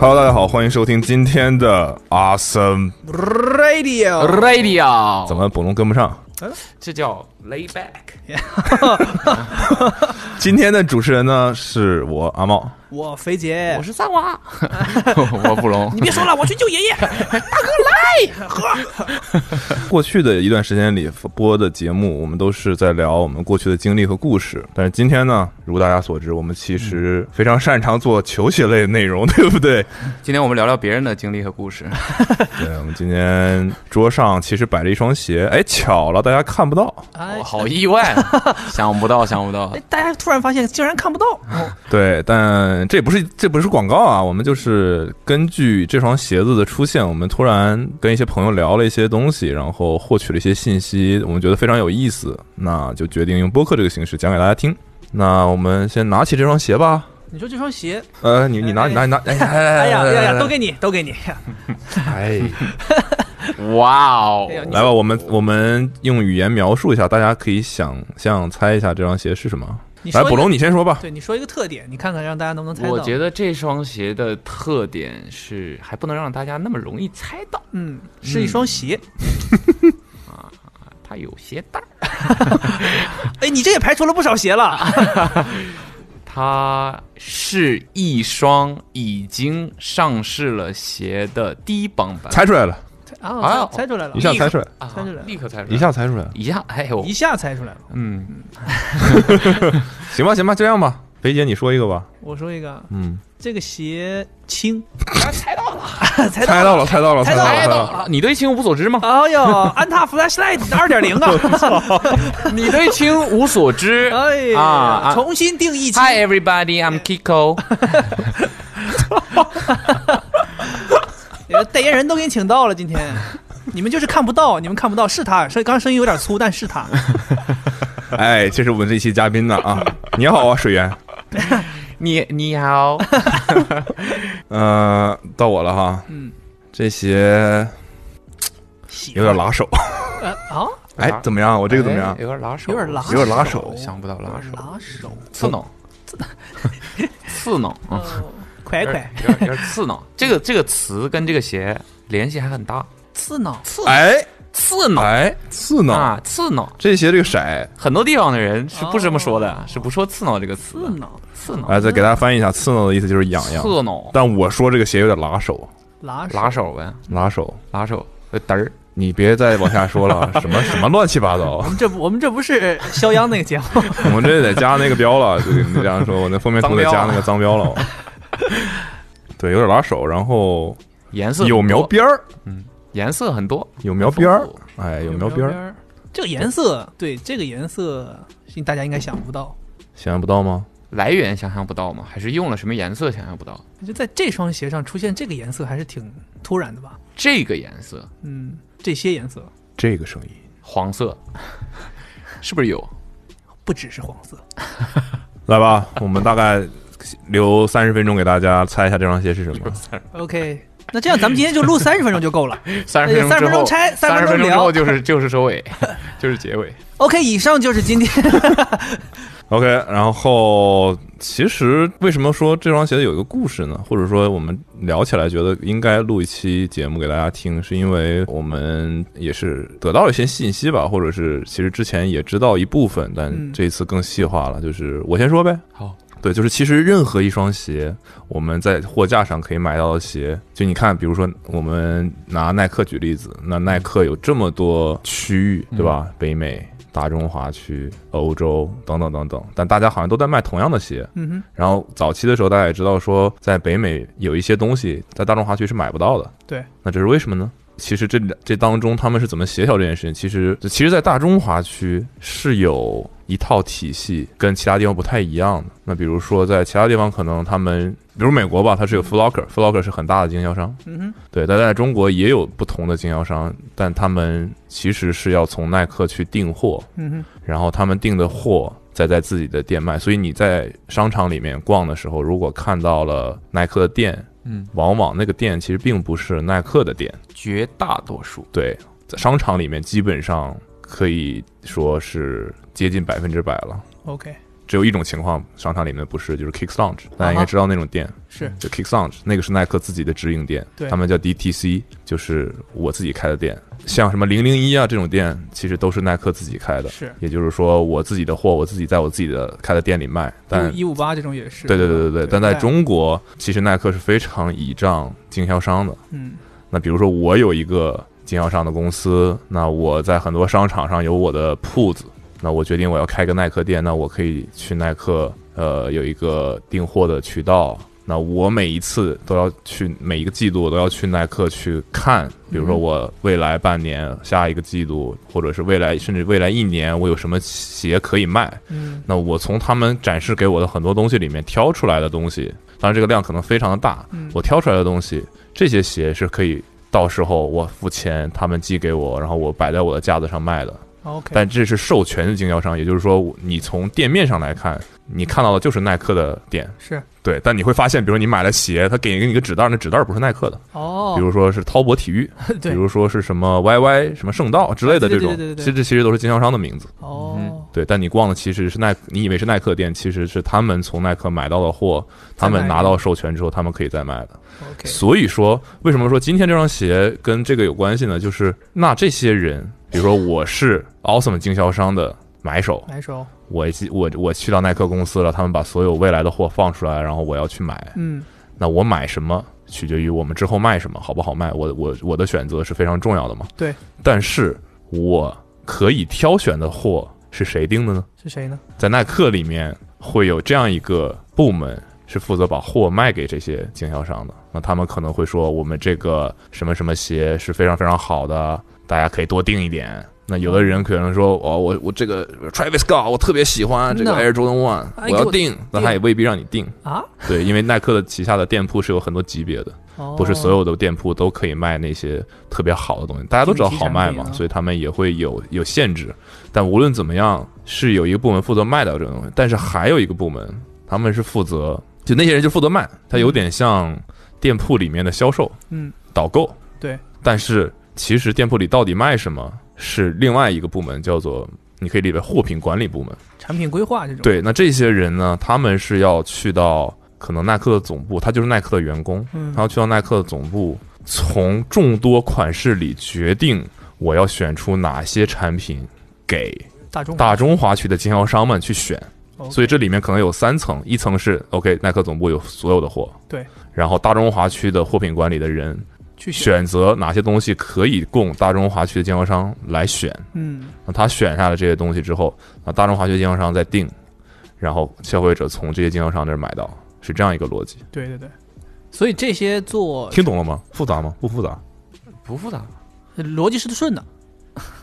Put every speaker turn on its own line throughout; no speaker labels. Hello，大家好，欢迎收听今天的 Awesome。
呃
Radio，
Radio，
怎么补龙跟不上？
啊这叫 lay back？
今天的主持人呢是我阿茂，
我肥姐
我，是三娃， 我不聋
你。别说了，我去救爷爷。
过去的一段时间里播的节目，我们都是在聊我们过去的经历和故事。但是今天呢，如大家所知，我们其实非常擅长做球鞋类内容， 对不对？
今天我们聊聊别人的经历和故事。
对，我们今天桌上其实摆着一双鞋，哎，巧了，大家看不到。
哎
我， 好意外，啊 想不到，想不到
哎， 大家突然发现竟然看不到，
对，但这不是这不是广告啊，我们就是根据这双鞋子的出现，我们突然跟一些朋友聊了一些东西，然后获取了一些信息，我们觉得非常有意思，那就决定用播客这个形式讲给大家听。那我们先拿起这双鞋吧。
你说这双鞋，
呃，你你拿你拿你拿，哎呀
哎呀哎呀，都给你，都给你。
哎，
哇哦
哎！呀，你
来吧，我们我们用语言描述一下，大家可以想象猜一下这双鞋是什么。
你说
来，
一个
捕龙，，你先说吧。
对，你说一个特点，你看看让大家能不能猜到。
我觉得这双鞋的特点是还不能让大家那么容易猜到，
嗯，是一双鞋。
它有鞋带儿，
哎，你这也排除了不少鞋了。
它是一双已经上市了鞋的低帮版。
猜出来了，
啊，
啊
猜猜出来了
一，下猜出来，
啊
猜出来了
立刻猜出来，
一下猜出来了。
一下，哎呦
一，下猜出来了。
嗯，
行吧，行吧，这样吧，肥姐你说一个吧。
我说一个，
嗯。
这个鞋轻，
猜到了，
猜到
猜到了，猜到了，
猜
到
到
了，
了
猜
猜
到
了。
了，啊你对情无所 知吗？
哎呦，安踏 Flashlight 二点零啊！
你对青无所 知
哎呀
啊
重新定义轻。
！Hi everybody, I'm Kiko。
呃代言人都给你请到了，今天 你们就是看不到，你们看不到，是他声，刚刚声音有点粗，但是他。
哎，这是我们这一期嘉宾呢啊！你好啊，水源。
你你好，
呃，到我了哈。
嗯，
这鞋
喜
有点拉手。
呃啊，
哎，怎么样？我这个怎么样啊
哎？有点拉手，
有点拉手，
有点拉手
想不到拉手，
拉手，
刺 挠，刺挠，嗯，
哦快快
有点有点 刺挠。这个这个词跟这个鞋联系还很大，
刺挠，
刺
哎
刺挠
哎，刺挠！
啊，刺挠。
这鞋这个色，哎，
很多地方的人是不这么说的，是不说刺挠这个词
哦刺
的，
挠，
刺挠，
再给大家翻译一下，刺挠的意思就是痒痒。
刺挠，
但我说这个鞋有点拉手，
拉手
拉手呗，
拉手。
拉手，呃嘚儿。
你别再往下说了，什么什么乱七八糟
我，们这不我们这不是肖央那个节目，
我们这得加那个标了。就你这样说，我那封面图得加那个脏标了。对，有点拉手，然后
颜色
有
很多
描，边儿，
颜色很多，
有描边儿
丰富，
哎，有
有
描边儿，
儿。这个颜色，对这个颜色，大家应该想不到。
想象不到吗？
来源想象不到吗？还是用了什么颜色想象不到？
就在这双鞋上出现这个颜色，还是挺突然的吧？
这个颜色，
嗯，这些颜色
这个声音，
黄色， 是不是有？
不只是黄色，
来吧， 我们大概留三十分钟给大家猜一下这双鞋是什 么。
OK，那这样咱们今天就录三十分钟就够了。
三十分钟
30
之
分
后
钟，拆
三
30
十分
分
钟
钟
之后
聊
就是就是 收尾，就是结尾。
OK，以上就是今天
OK，然后其实为什么说这双鞋有一个故事呢？或者说我们聊起来觉得应该录一期节目给大家听，是因为我们也是得到了一些信息吧，或者是其实之前也知道一部分，但
嗯
这一次更细化了。就是我先说呗，
好，
对，就是其实任何一双鞋，我们在货架上可以买到的鞋，就你看，比如说我们拿耐克举例子，那耐克有这么多区域，对吧？北美、大中华区、欧洲等等等等，但大家好像都在卖同样的鞋。
嗯哼，
然后早期的时候，大家也知道说，在北美有一些东西在大中华区是买不到的，
对，
那这是为什么呢？其实这这当中他们是怎么协调这件事情？其实，其实，在大中华区是有一套体系，跟其他地方不太一样的。那比如说，在其他地方可能他们，比如美国吧，它是有 Foot Locker，Foot Locker 是很大的经销商，
嗯哼，
对，但在中国也有不同的经销商，但他们其实是要从耐克去订货，
嗯哼，
然后他们订的货再在自己的店卖。所以你在商场里面逛的时候，如果看到了耐克的店，
嗯，
往往那个店其实并不是耐克的店。
绝大多数
对，在商场里面基本上可以说是接近百分之百了。
OK，
只有一种情况，商场里面不是，就是 Kicks Lounge，大家应该知道那种店，
是
就 Kicks Lounge，那个是耐克自己的直营店
对，
他们叫 DTC，就是我自己开的店。像什么零零一啊这种店，其实都是耐克自己开的，
是
也就是说我自己的货，我自己在我自己的开的店里卖。但
一五八这种也是，
对对对对对，但在
但
中国，其实耐克是非常倚仗经销商的。
嗯，
那比如说我有一个经销商的公司，那我在很多商场上有我的铺子，那我决定我要开个耐克店，那我可以去耐克呃有一个订货的渠道。那我每一次都要去，每一个季度我都要去耐克去看，比如说
嗯
我未来半年、下一个季度，或者是未来甚至未来一年，我有什么鞋可以卖，
嗯，
那我从他们展示给我的很多东西里面挑出来的东西，当然这个量可能非常的大
嗯，
我挑出来的东西，这些鞋是可以到时候我付钱，他们寄给我，然后我摆在我的架子上卖的。
OK，
但这是授权的经销商，也就是说，我你从店面上来看，你看到的就是耐克的店，
是
对。但你会发现，比如你买了鞋，他给你一个纸袋儿，那纸袋儿不是耐克的，
哦，
比如说是滔博体育，比
对，啊
如说是什么 YY 什么圣道之类的这
对对
种
对对对，对
其实这其实都是经销商的名字。
哦，
对，但你逛的其实是耐，你以为是耐克店，其实是他们从耐克买到的货，他
再
们
卖的
拿到授权之后，他们可以再卖的。
OK，
所以说，为什么说今天这双鞋跟这个有关系呢？就是那这些人，比如说我是 Awesome 经销商的买手，
来一首，
我已经我我去到耐克公司了，他们把所有未来的货放出来，然后我要去买，
嗯，
那我买什么取决于我们之后卖什么，好不好卖。我我我的选择是非常重要的嘛。
对，
但是我可以挑选的货是谁定的呢？
是谁呢？
在耐克里面会有这样一个部门，是负责把货卖给这些经销商的。那他们可能会说，我们这个什么什么鞋是非常非常好的，大家可以多订一点。那有的人可能说，哦，我我这个 Travis Scott 我特别喜欢这个
那
Air Jordan One，我
哎
要
给我
订，那他也未必让你订
啊。
对，因为耐克的旗下的店铺是有很多级别的，
哦，
不是所有的店铺都可以卖那些特别好的东西，大家都知道好卖
精品产品
嘛，
啊
所以他们也会有有限制。但无论怎么样，是有一个部门负责卖掉这个东西，但是还有一个部门，他们是负责就那些人就负责卖，它有点像店铺里面的销售，
嗯，
导购。
对，
但是其实店铺里到底卖什么是另外一个部门，叫做你可以理解为货品管理部门。
产品规划这种，，
对，那这些人呢，他们是要去到可能耐克的总部，他就是耐克的员工，
嗯
他要去到耐克的总部，从众多款式里决定我要选出哪些产品给
大众，
大中华区的经销商们去选。
OK
所以这里面可能有三层，一层是 OK 耐克总部有所有的货，
对，
然后大中华区的货品管理的人
去选，
选择哪些东西可以供大中华区的经销商来选。
嗯，
那他选下了这些东西之后，那大众化学经销商再定，然后消费者从这些经销商那儿买到，是这样一个逻辑。
对对对，所以这些做
听懂了吗？复杂吗？不复杂，
不复杂。
逻辑是顺的，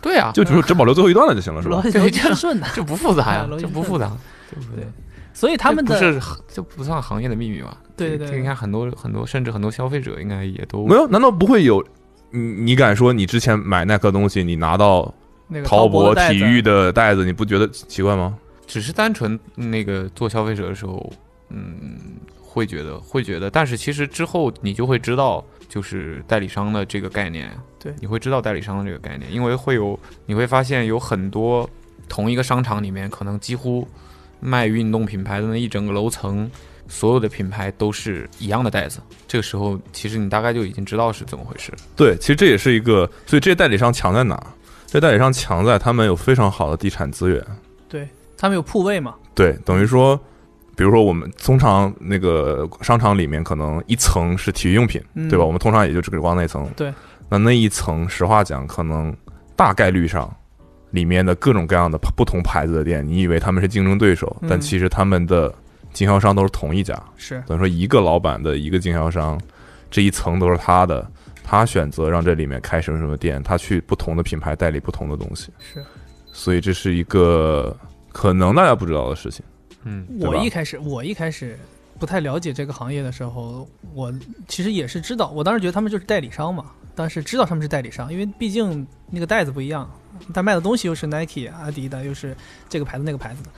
对啊，
就只是只保留最后一段了就行了，是
逻
吧？
辑逻 辑是顺的，
就不复杂呀
啊逻，辑
就不
是
复杂，就不复杂
对所以他们的
这不是这不算行业的秘密嘛？
对对对
这个应该很多很多，甚至很多消费者应该也都
没有？难道不会有？你你敢说你之前买耐克东西，你拿到
那个
滔
博
博
的袋
体
子
育的袋子，你不觉得奇怪吗？
只是单纯那个做消费者的时候，嗯，会觉得会觉得，但是其实之后你就会知道，就是代理商的这个概念，
对
你会知道代理商的这个概念，因为会有你会发现有很多同一个商场里面，可能几乎卖运动品牌的那一整个楼层。所有的品牌都是一样的袋子，这个时候其实你大概就已经知道是怎么回事了。
对，其实这也是一个，所以这些代理商强在哪儿？这代理商强在他们有非常好的地产资源，
对他们有铺位嘛，
对，等于说，比如说我们通常那个商场里面可能一层是体育用品，
嗯
对吧？我们通常也就只光那层。
对，
那那一层，实话讲，可能大概率上里面的各种各样的不同牌子的店，你以为他们是竞争对手，
嗯
但其实他们的经销商都是同一家，
是
等于说一个老板的一个经销商，这一层都是他的。他选择让这里面开什么什么店，他去不同的品牌代理不同的东西，
是。
所以这是一个可能大家不知道的事情。
嗯，
对
我
吧
一开始，我一开始不太了解这个行业的时候，我其实也是知道，我当时觉得他们就是代理商嘛，当时知道他们是代理商，因为毕竟那个袋子不一样，但卖的东西又是 Nike、阿啊迪的，又是这个牌子那个牌子的。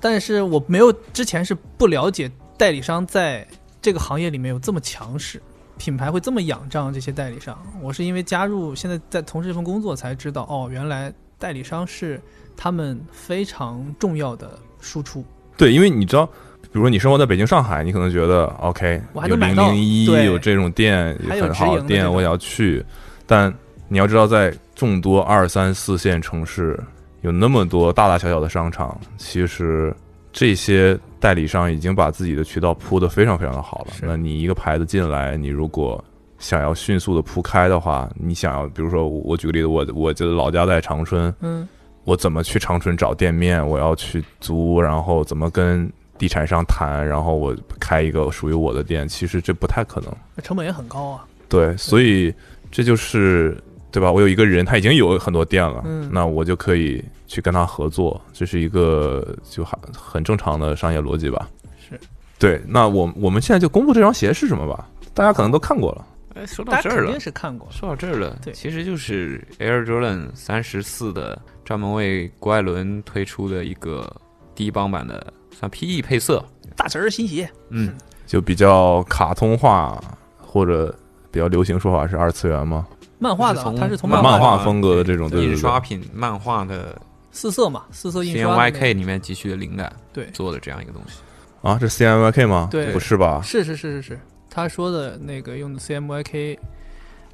但是我没有之前是不了解代理商在这个行业里面有这么强势，品牌会这么仰仗这些代理商。我是因为加入现在在从事这份工作才知道，哦，原来代理商是他们非常重要的输出。
对，因为你知道，比如说你生活在北京、上海，你可能觉得 OK，
我还
有
能买
零
到
零一
对
有这种店，
还有
很
直营
好
的这
店，
种
我也要去。但你要知道，在众多二三四线城市，有那么多大大小小的商场，其实这些代理商已经把自己的渠道铺得非常非常的好了。
是
那你一个牌子进来，你如果想要迅速的铺开的话，你想要，比如说我我举个例子，我我就老家在长春，
嗯，
我怎么去长春找店面，我要去租，然后怎么跟地产商谈，然后我开一个属于我的店，其实这不太可能。
那成本也很高啊。
对，所以这就是对吧？我有一个人，他已经有很多店了，
嗯
那我就可以去跟他合作，这是一个就很很正常的商业逻辑吧？
是，
对。那我我们现在就公布这双鞋是什么吧？大家可能都看过了，
哎，说到
大
这
家
儿
肯
了
定，是看过，
说到这儿了，
对
其实就是 Air Jordan 三十四的专门为谷爱伦推出的一个低帮版的，算 PE 配色，
大侄儿新鞋，
嗯，
就比较卡通化或者比较流行说法是二次元嘛，
漫画的
是
啊，
从
它是从
漫
漫
画
画风格的这种对对
印
对
刷品漫画的
四色嘛，四色印
C N
刷
Y
的那
K 里面汲取的灵感，
对
做的这样一个东西。
啊，这 CMYK 吗？
对
不是吧
个，？是是是是是，他说的那个用的 CMYK，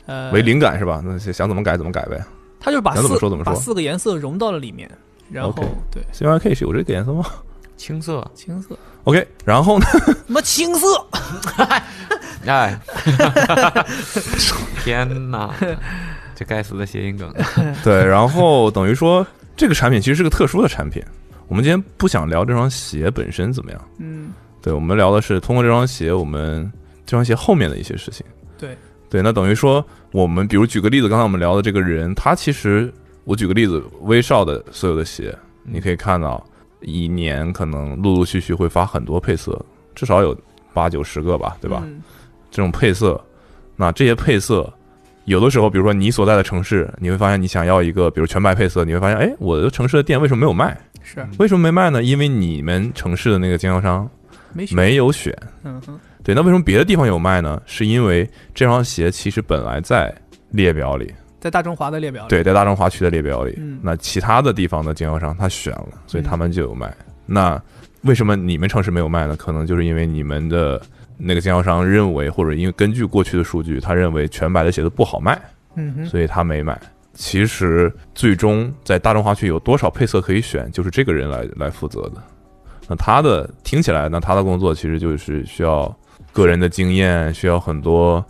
呃，
为灵感是吧？那就想怎么改怎么改呗。
他就是把
想
四
怎么说怎么说
把四个颜色融到了里面，然后
OK
对
CMYK 是有这个颜色吗
青色，
青色，
？OK，然后呢？
什么青色？
哎，天哪，这该死的谐音梗！
对，然后等于说这个产品其实是个特殊的产品。我们今天不想聊这双鞋本身怎么样，
嗯，
对我们聊的是通过这双鞋，我们这双鞋后面的一些事情。
对
对，那等于说我们比如举个例子，刚才我们聊的这个人，他其实我举个例子，威少的所有的鞋，你可以看到一年可能陆陆续续会发很多配色，至少有八九十个吧，对吧？
嗯
这种配色，那这些配色，有的时候，比如说你所在的城市，你会发现你想要一个，比如全白配色，你会发现，哎，我的城市的店为什么没有卖？
是
为什么没卖呢？因为你们城市的那个经销商
没选
没有选。
嗯哼
对，那为什么别的地方有卖呢？是因为这双鞋其实本来在列表里，
在大中华的列表里，
对，在大中华区的列表里，
嗯
那其他的地方的经销商他选了，所以他们就有卖。那为什么你们城市没有卖呢？可能就是因为你们的那个经销商认为，或者因为根据过去的数据，他认为全白的鞋子不好卖，
嗯哼，
所以他没买。其实最终在大众化区有多少配色可以选，就是这个人来来负责的。那他的听起来，那他的工作其实就是需要个人的经验，需要很多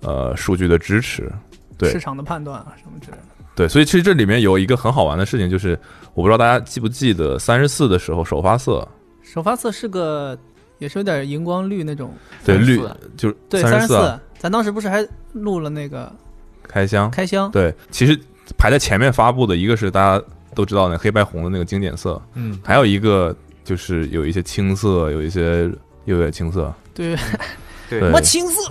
呃数据的支持。对
市场的判断啊什么之类的，
对，所以其实这里面有一个很好玩的事情，就是我不知道大家记不记得三十四的时候首发色，
首发色是个也是有点荧光绿那
嗯
种，
对绿
34
就是
对三
三
十
四啊
四，咱当时不是还录了那个
开箱，
开箱，
对，其实排在前面发布的一个是大家都知道那黑白红的那个经典色，
嗯，
还有一个就是有一些青色，有一些又有点青色，
对，
对
什么青色，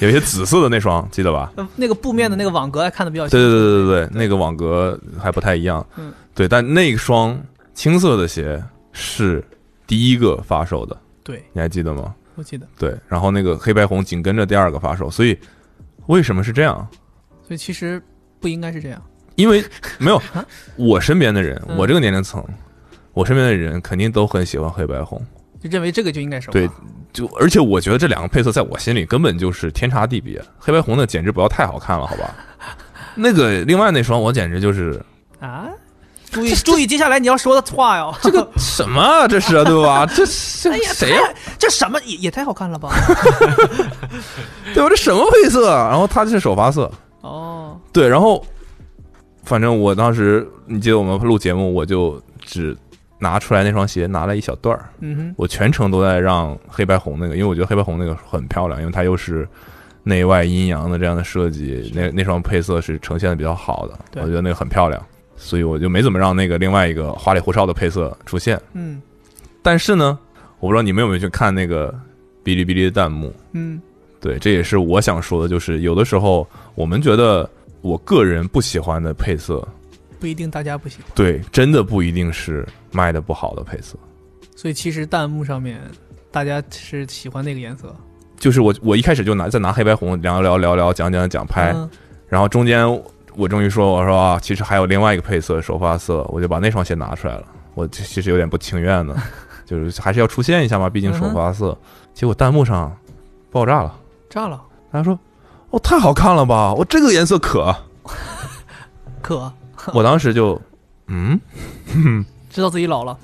有一些紫色的那双，记 得吧？
呃那个布面的那个网格还哎看的比较清
对对
楚，
对对对，那个网格还不太一样
嗯，
对，但那双青色的鞋是第一个发售的，
对，
你还记得吗？
我记得，
对，然后那个黑白红紧跟着第二个发售，所以为什么是这样？
所以其实不应该是这样，
因 为没有我身边的人，
嗯
我这个年龄层，我身边的人肯定都很喜欢黑白红。
就认为这个就应该首发，
对，就而且我觉得这两个配色在我心里根本就是天差地别，黑白红的简直不要太好看了，好吧？那个另外那双我简直就是
啊，注意注意，接下来你要说的话哟，
这个什么啊这是啊对吧？这是
哎呀
谁呀、
这什么也也太好看了吧？
对吧？这什么配色啊？然后它是首发色，
哦，
对，然后反正我当时，你记得我们录节目，我就只拿出来那双鞋，拿了一小段儿，
嗯
我全程都在让黑白红那个，因为我觉得黑白红那个很漂亮，因为它又是内外阴阳的这样的设计，那那双配色是呈现的比较好的，
对
我觉得那个很漂亮，所以我就没怎么让那个另外一个花里胡哨的配色出现。
哼，嗯
但是呢，我不知道你们有没有去看那个哔哩哔哩的弹幕，
嗯，
对，这也是我想说的，就是有的时候我们觉得我个人不喜欢的配色，
不一定大家不喜欢，
对，真的不一定是卖的不好的配色。
所以其实弹幕上面大家是喜欢那个颜色，
就是我我一开始就拿在拿黑白红聊聊聊聊讲讲讲拍，
嗯
然后中间我终于说我说啊，其 实还有另外一个配色首发色，我就把那双鞋拿出来了，我其实有点不情愿的。就是还是要出现一下嘛，毕竟首
嗯哼
发色。结果弹幕上爆炸了，
炸了，
大家说：“哦，太好看了吧！我这个颜色可……”啊
可
我当时就，嗯，
知道自己老了，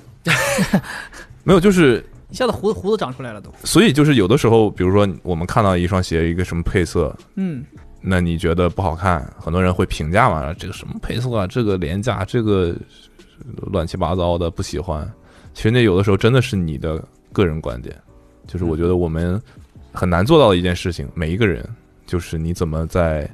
没有，就是
一下子胡子胡子长出来了都。
所以就是有的时候，比如说我们看到一双鞋一个什么配色，
嗯，
那你觉得不好看，很多人会评价嘛，这个什么配色啊，这个廉价，这个乱七八糟的不喜欢。其实那有的时候真的是你的个人观点，就是我觉得我们很难做到的一件事情，每一个人就是你怎么在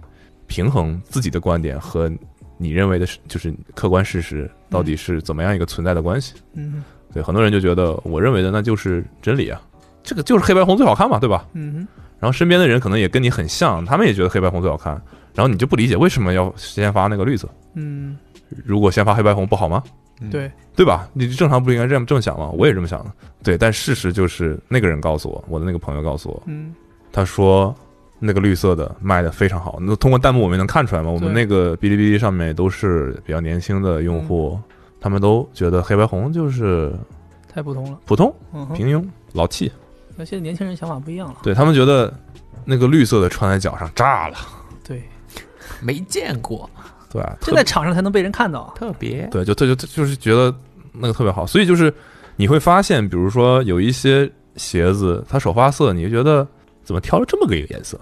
平衡自己的观点和你认为的是就是客观事实到底是怎么样一个存在的关系。
嗯
对，很多人就觉得我认为的那就是真理啊，这个就是黑白红最好看嘛，对吧？
嗯
然后身边的人可能也跟你很像，他们也觉得黑白红最好看，然后你就不理解为什么要先发那个绿色，
嗯，
如果先发黑白红不好吗？
嗯
对，
对吧？你正常不应该这么这么想吗？我也这么想的。对，但事实就是那个人告诉我，我的那个朋友告诉我，
嗯
他说那个绿色的卖的非常好。那通过弹幕我们也能看出来嘛，我们
对
那个哔哩哔哩上面都是比较年轻的用
嗯
户，他们都觉得黑白红就是
太普通了。
普通、
嗯哼，
平庸、老气。
那现在年轻人想法不一样了。
对他们觉得那个绿色的穿在脚上炸了，
对，
没见过，
对吧？
这在场上才能被人看到啊。
特别
对，就特就就是觉得那个特别好，所以就是你会发现，比如说有一些鞋子，它首发色，你就觉得怎么挑了这么个颜色，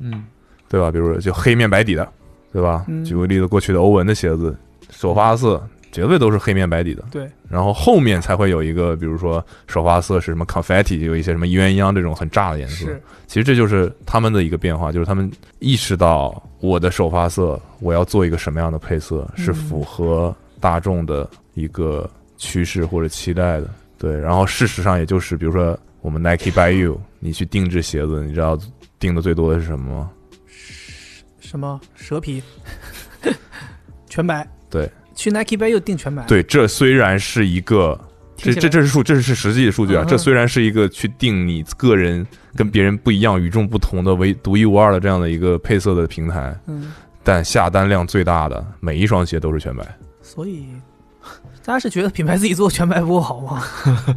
嗯，
对吧？比如说就黑面白底的，对吧？
嗯
举个例子，过去的欧文的鞋子，首发色绝对都是黑面白底的，
对，
然后后面才会有一个，比如说首发色是什么 confetti，有一些什么鸳鸯这种很炸的颜色。
是，
其实这就是他们的一个变化，就是他们意识到我的首发色，我要做一个什么样的配色是符合大众的一个趋势或者期待的。对，然后事实上也就是，比如说我们 Nike by You，你去定制鞋子，你知道定的最多的是什么吗？
嗯什么蛇皮， 全白。
对，
去 Nike Bay 又订全白。，
对，这虽然是一个。这
听起来
这这是数，这是实际的数据啊！
嗯哼
这虽然是一个去定你个人跟别人不一样、与众不同的、唯独一无二的这样的一个配色的平台，
嗯，
但下单量最大的每一双鞋都是全白。
所以大家是觉得品牌自己做全白不够好吗？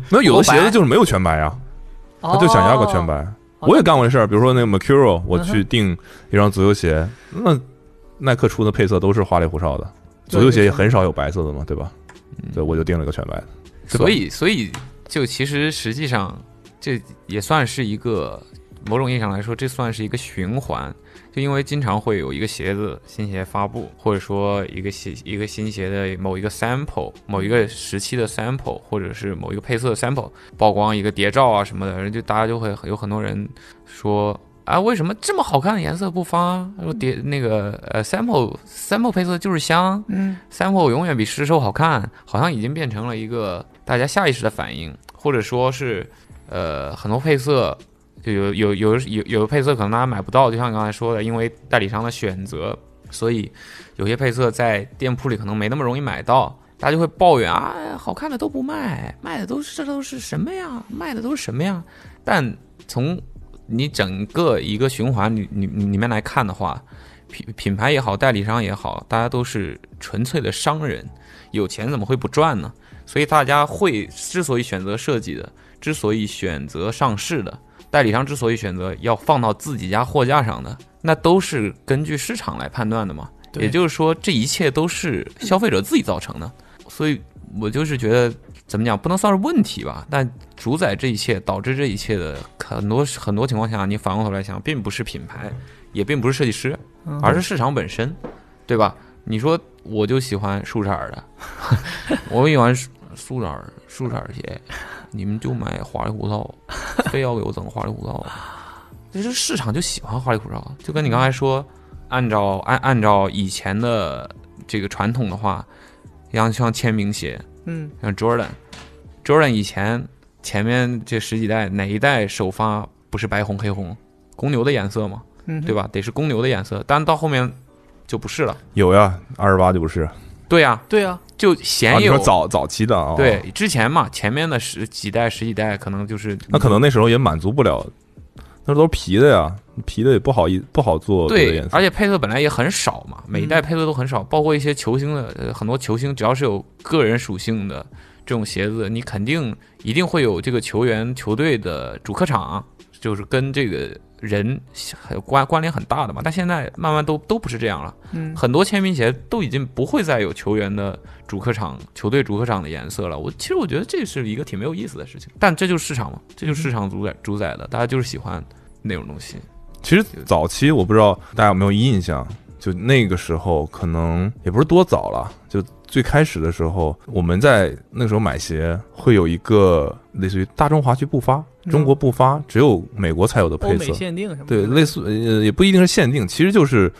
那有的鞋子
不够白哦
就是没有全白啊， 他
他
就想要个全。白。
哦
我也干过这事儿，比如说那个 Mercuro，我
嗯
去订一双足球鞋，
嗯
那耐克出的配色都是花里胡哨的，
对
足球鞋也很少有白色的嘛，对吧？
嗯
对，我就订了个全白的。是吧
所以所以就其实实际上这也算是一个某种意义上来说，这算是一个循环。就因为经常会有一个鞋子新鞋发布，或者说一个鞋一个新鞋的某一个 sample，某一个时期的 sample，或者是某一个配色的 sample 曝光一个谍照啊什么的，人就大家就会有很多人说啊，为什么这么好看的颜色不发啊？说谍那个呃 sample sample 配色就是香，
嗯，
sample 永远比实收好看，好像已经变成了一个大家下意识的反应，或者说是呃很多配色就有有有有有的配色可能大家买不到，就像你刚才说的，因为代理商的选择，所以有些配色在店铺里可能没那么容易买到。大家就会抱怨啊，好看的都不卖，卖的都是这都是什么呀？卖的都是什么呀？但从你整个一个循环里里里面来看的话，品品牌也好，代理商也好，大家都是纯粹的商人，有钱怎么会不赚呢？所以大家会之所以选择设计的，之所以选择上市的，代理商之所以选择要放到自己家货架上的，那都是根据市场来判断的嘛。
对
也就是说，这一切都是消费者自己造成的。所以我就是觉得，怎么讲，不能算是问题吧，但主宰这一切、导致这一切的很多很多情况下，你反过头来想，并不是品牌，也并不是设计师，
嗯
而是市场本身，对吧？你说我就喜欢树色儿的， 我喜欢树树色儿树色儿鞋，你们就买花里胡哨，非要给我整花里胡哨，就是市场就喜欢花里胡哨，就跟你刚才说，按照按按照以前的这个传统的话，像像签名鞋，
嗯
像 Jordan，Jordan 以前前面这十几代哪一代首发不是白红黑红，公牛的颜色吗？
嗯，
对
吧？
吧？得是公牛的颜色，但到后面就不是了。
有呀，二十八就不是。啊，
对呀、
对啊，
就显
你
有、
说早早期的啊、哦，
对，之前嘛，前面的十几代、十几代可能就是
那可能那时候也满足不了，那时候都是皮的呀，皮的也不好意不好做别的
对
颜，色嗯
而。且配色本来也很少嘛，每一代配色都很少，包括一些球星的、呃、很多球星，只要是有个人属性的这种鞋子，你肯定一定会有这个球员球队的主客场，就是跟这个人很关关联很大的嘛。但现在慢慢都都不是这样了，
嗯，
很多签名鞋都已经不会再有球员的主客场、球队主客场的颜色了。我其实我觉得这是一个挺没有意思的事情，但这就是市场嘛，
嗯
这就是市场主宰主宰的，大家就是喜欢那种东西。
其实早期我不知道大家有没有印象，就那个时候可能也不是多早了，就最开始的时候，我们在那个时候买鞋会有一个类似于大中华区不发，
嗯
中国不发，只有美国才有的
欧
配
美
色，
限定什么的
对，类似呃也不一定是限定，其实就是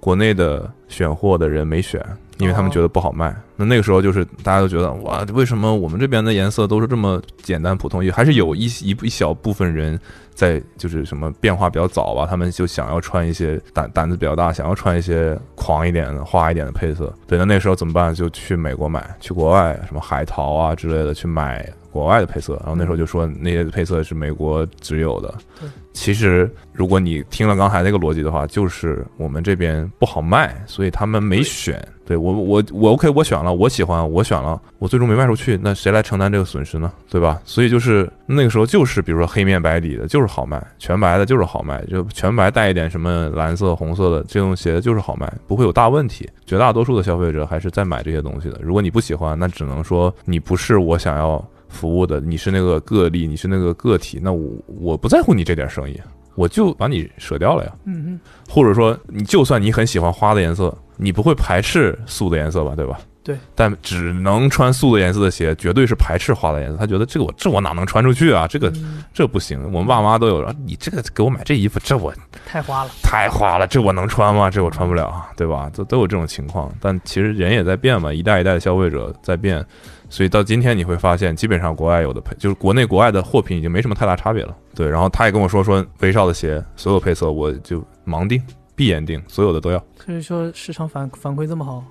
国内的选货的人没选，因为他们
哦
觉得不好卖。那那个时候就是大家都觉得哇，为什么我们这边的颜色都是这么简单普通？也还是有一一一小部分人在就是什么变化比较早啊吧，他们就想要穿一些胆胆子比较大，想要穿一些狂一点的、花一点的配色。对，那那时候怎么办？就去美国买，去国外什么海淘啊之类的去买国外的配色。然后那时候就说那些配色是美国只有的
对。
其实，如果你听了刚才那个逻辑的话，就是我们这边不好卖，所以他们没
对
选。对我，我我 OK，我选了，我喜欢，我选了，我最终没卖出去，那谁来承担这个损失呢？对吧？所以就是那个时候，就是比如说黑面白底的，就是好卖；全白的，就是好卖；就全白带一点什么蓝色、红色的这种鞋，就是好卖，不会有大问题。绝大多数的消费者还是在买这些东西的。如果你不喜欢，那只能说你不是我想要服务的，你是那个个例，你是那个个体，那我我不在乎你这点生意，我就把你舍掉了呀。
嗯嗯，
或者说，你就算你很喜欢花的颜色，你不会排斥素的颜色吧？对吧？
对。
但只能穿素的颜色的鞋，绝对是排斥花的颜色。他觉得这个我这我哪能穿出去啊？这个
嗯
这不行。我们爸妈都有了，你这个给我买这衣服，这我
太花了，
太花了，这我能穿吗？这我穿不了，啊对吧？都都有这种情况，但其实人也在变嘛，一代一代的消费者在变，所以到今天你会发现，基本上国外有的配就是国内国外的货品已经没什么太大差别了。对，然后他也跟我说说威少的鞋所有配色我就盲定、闭眼定，所有的都要。
所以说市场反反馈这么好，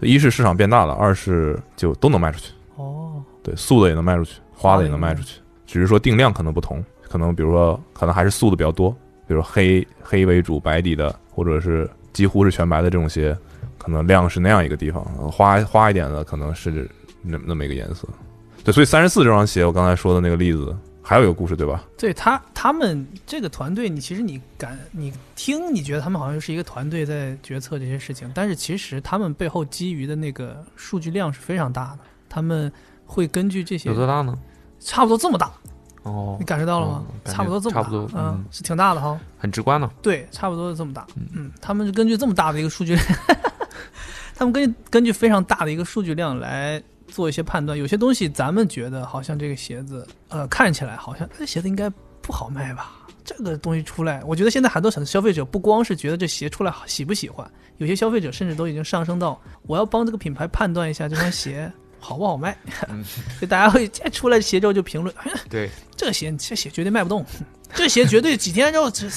一是市场变大了，二是就都能卖出去，
哦，
对，素的也能卖出去，花的也能卖出去，只是说定量可能不同，可能比如说可能还是素的比较多，比如说黑黑为主白底的，或者是几乎是全白的这种鞋，可能量是那样一个地方，呃花花一点的可能是那那么一个颜色。对，所以三十四这双鞋，我刚才说的那个例子，还有一个故事，对吧？
对他他们这个团队，你其实你感你听，你觉得他们好像是一个团队在决策这些事情，但是其实他们背后基于的那个数据量是非常大的，他们会根据这些
有多大呢？
差不多这么大，
哦
你，感受到了吗
嗯？感觉
差不多这么大，
差不多
嗯
嗯，
是挺大的哈。
很 直观呢、
对，差不多是这么大。嗯，他们是根据这么大的一个数据量， 他们根据根据非常大的一个数据量来做一些判断。有些东西咱们觉得好像这个鞋子，呃，看起来好像这鞋子应该不好卖吧？这个东西出来，我觉得现在很多小消费者不光是觉得这鞋出来好喜不喜欢，有些消费者甚至都已经上升到我要帮这个品牌判断一下这双鞋好不好卖。
嗯
所以大家会再出来鞋之后就评论，哎
对，
这鞋这鞋绝对卖不动，这鞋绝对几天之后这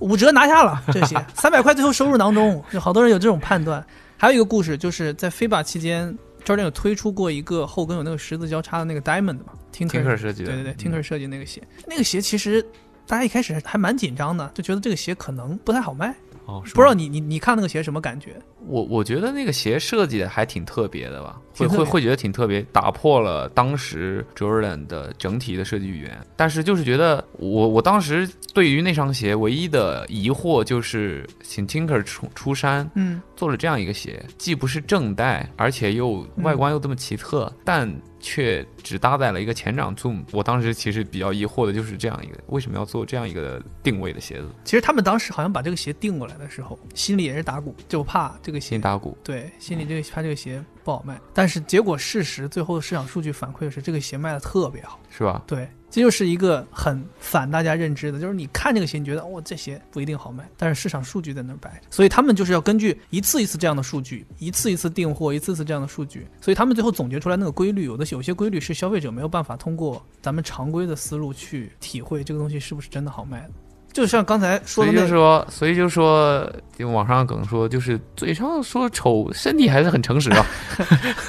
五折拿下了，这鞋三百块最后收入囊中，就好多人有这种判断。还有一个故事就是在非法期间，Jordan 有推出过一个后跟有那个十字交叉的那个 Diamond 嘛
听课设计的，
对对对
嗯
，Tinker 设计那个鞋，那个鞋其实大家一开始还蛮紧张的，就觉得这个鞋可能不太好卖，
哦，是吗
不知道你你你看那个鞋什么感觉？
我我觉得那个鞋设计的还挺特别的吧，会
挺特别
会会觉得挺特别，打破了当时 Jordan 的整体的设计语言。但是就是觉得我我当时对于那双鞋唯一的疑惑就是，请 Tinker 出出山
嗯，
做了这样一个鞋，既不是正代，而且又
嗯
外观又这么奇特，但却只搭载了一个前掌 Zoom。我当时其实比较疑惑的就是这样一个，为什么要做这样一个定位的鞋子？
其实他们当时好像把这个鞋定过来的时候，心里也是打鼓，就怕这个鞋
新打鼓，
对，心里这个他这个鞋不好卖，但是结果事实最后市场数据反馈是这个鞋卖的特别好。
是吧？
对，这就是一个很反大家认知的，就是你看这个鞋，你觉得哦这鞋不一定好卖，但是市场数据在那儿摆，所以他们就是要根据一次一次这样的数据，一次一次订货，一次次这样的数据，所以他们最后总结出来那个规律，有的有些规律是消费者没有办法通过咱们常规的思路去体会这个东西是不是真的好卖的。就像刚才说
所
的
以
那
就
个，
说，所以就说，就网上梗说，就是嘴上说丑，身体还是很诚实啊。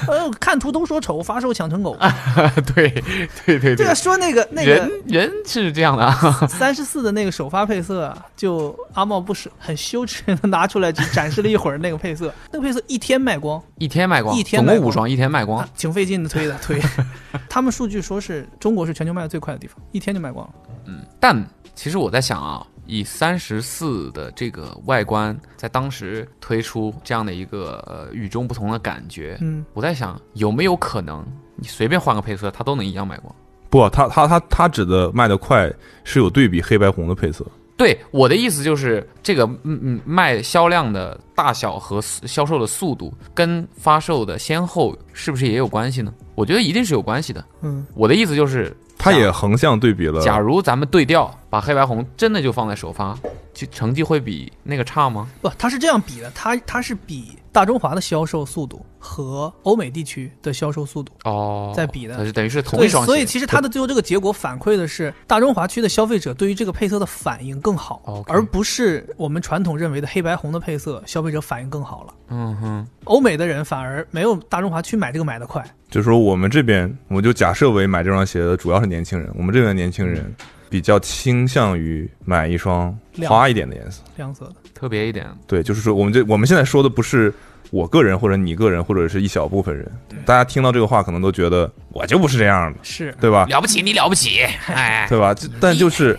呃，看图都说丑，发售抢成狗。
对，对对
这
对啊
个，说那个那
人
个
人是这样的啊。
三十四的那个首发配色啊，就阿茂不是很羞耻的拿出来，只展示了一会儿那个配 色，那个配色一天卖光，
一天卖光，
一天
总
卖
共
光
五双，一天卖光
啊。挺费劲的推的 推。他们数据说是中国是全球卖的最快的地方，一天就卖光了。
但其实我在想啊，以三十四的这个外观，在当时推出这样的一个呃与众不同的感觉，
嗯，
我在想有没有可能，你随便换个配色，它都能一样卖光。
不，他他他他指的卖的快是有对比黑白红的配色，
对我的意思就是，这个嗯嗯卖销量的大小和速销售的速度跟发售的先后是不是也有关系呢？我觉得一定是有关系的。
嗯，
我的意思就是，
他也横向对比了。
假如咱们对调，把黑白红真的就放在首发，就成绩会比那个差吗？
不，它是这样比的，它它是比大中华的销售速度和欧美地区的销售速度。
哦，
在比的
它是等于是同
对，
一双鞋，
所以其实它的最后这个结果反馈的是大中华区的消费者对于这个配色的反应更好
哦 OK
而不是我们传统认为的黑白红的配色消费者反应更好了。
嗯哼，
欧美的人反而没有大中华区买这个买的快，
就是说我们这边，我就假设为买这双鞋的主要是年轻人，我们这边的年轻人比较倾向于买一双
亮
花一点的颜色。
亮色的。
特别一点，
对，就是说我们这我们现在说的不是我个人或者你个人或者是一小部分人，大家听到这个话可能都觉得我就不是这样的，
是，
对 吧？
了不起，你了不 起，哎，
对吧？这但就是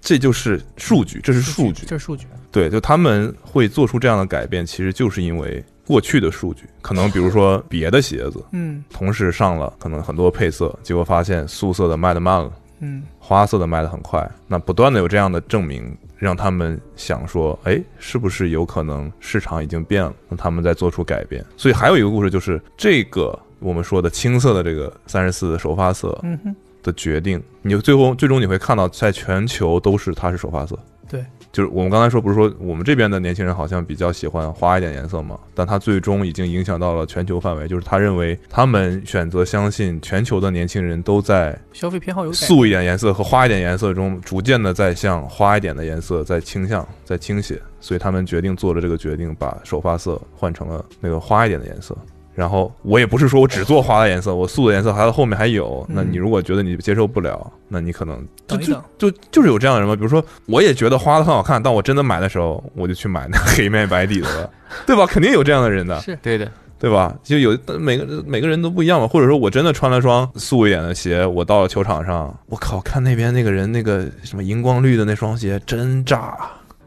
这就是数据，这是哎数据。
这是数据。
对，就他们会做出这样的改变，其实就是因为过去的数据，可能比如说别的鞋子
嗯
同时上了，可能很多配色，结果发现素色的卖的慢了。
嗯，
花色的卖的很快，那不断的有这样的证明，让他们想说，哎，是不是有可能市场已经变了？那他们在做出改变。所以还有一个故事就是这个我们说的青色的这个三十四首发色
嗯哼，
的决定，你最后最终你会看到，在全球都是它是首发色。
对，
就是我们刚才说，不是说我们这边的年轻人好像比较喜欢花一点颜色嘛，但它最终已经影响到了全球范围，就是他认为他们选择相信全球的年轻人都在
消费偏好有改
素一点颜色和花一点颜色中，逐渐的在向花一点的颜色在倾向，在倾斜，所以他们决定做了这个决定，把首发色换成了那个花一点的颜色。然后我也不是说我只做花的颜色，我素的颜色还在后面还有。那你如果觉得你接受不了，那你可能就
嗯等一
就
等
就就是有这样的人嘛。比如说，我也觉得花的很好看，但我真的买的时候，我就去买那 黑面白底的了，对吧？肯定有这样的人的。
是
对的，
对吧？就有每个每个人都不一样嘛，或者说我真的穿了双素一点的鞋，我到了球场上，我靠，看那边那个人那个什么荧光绿的那双鞋真炸，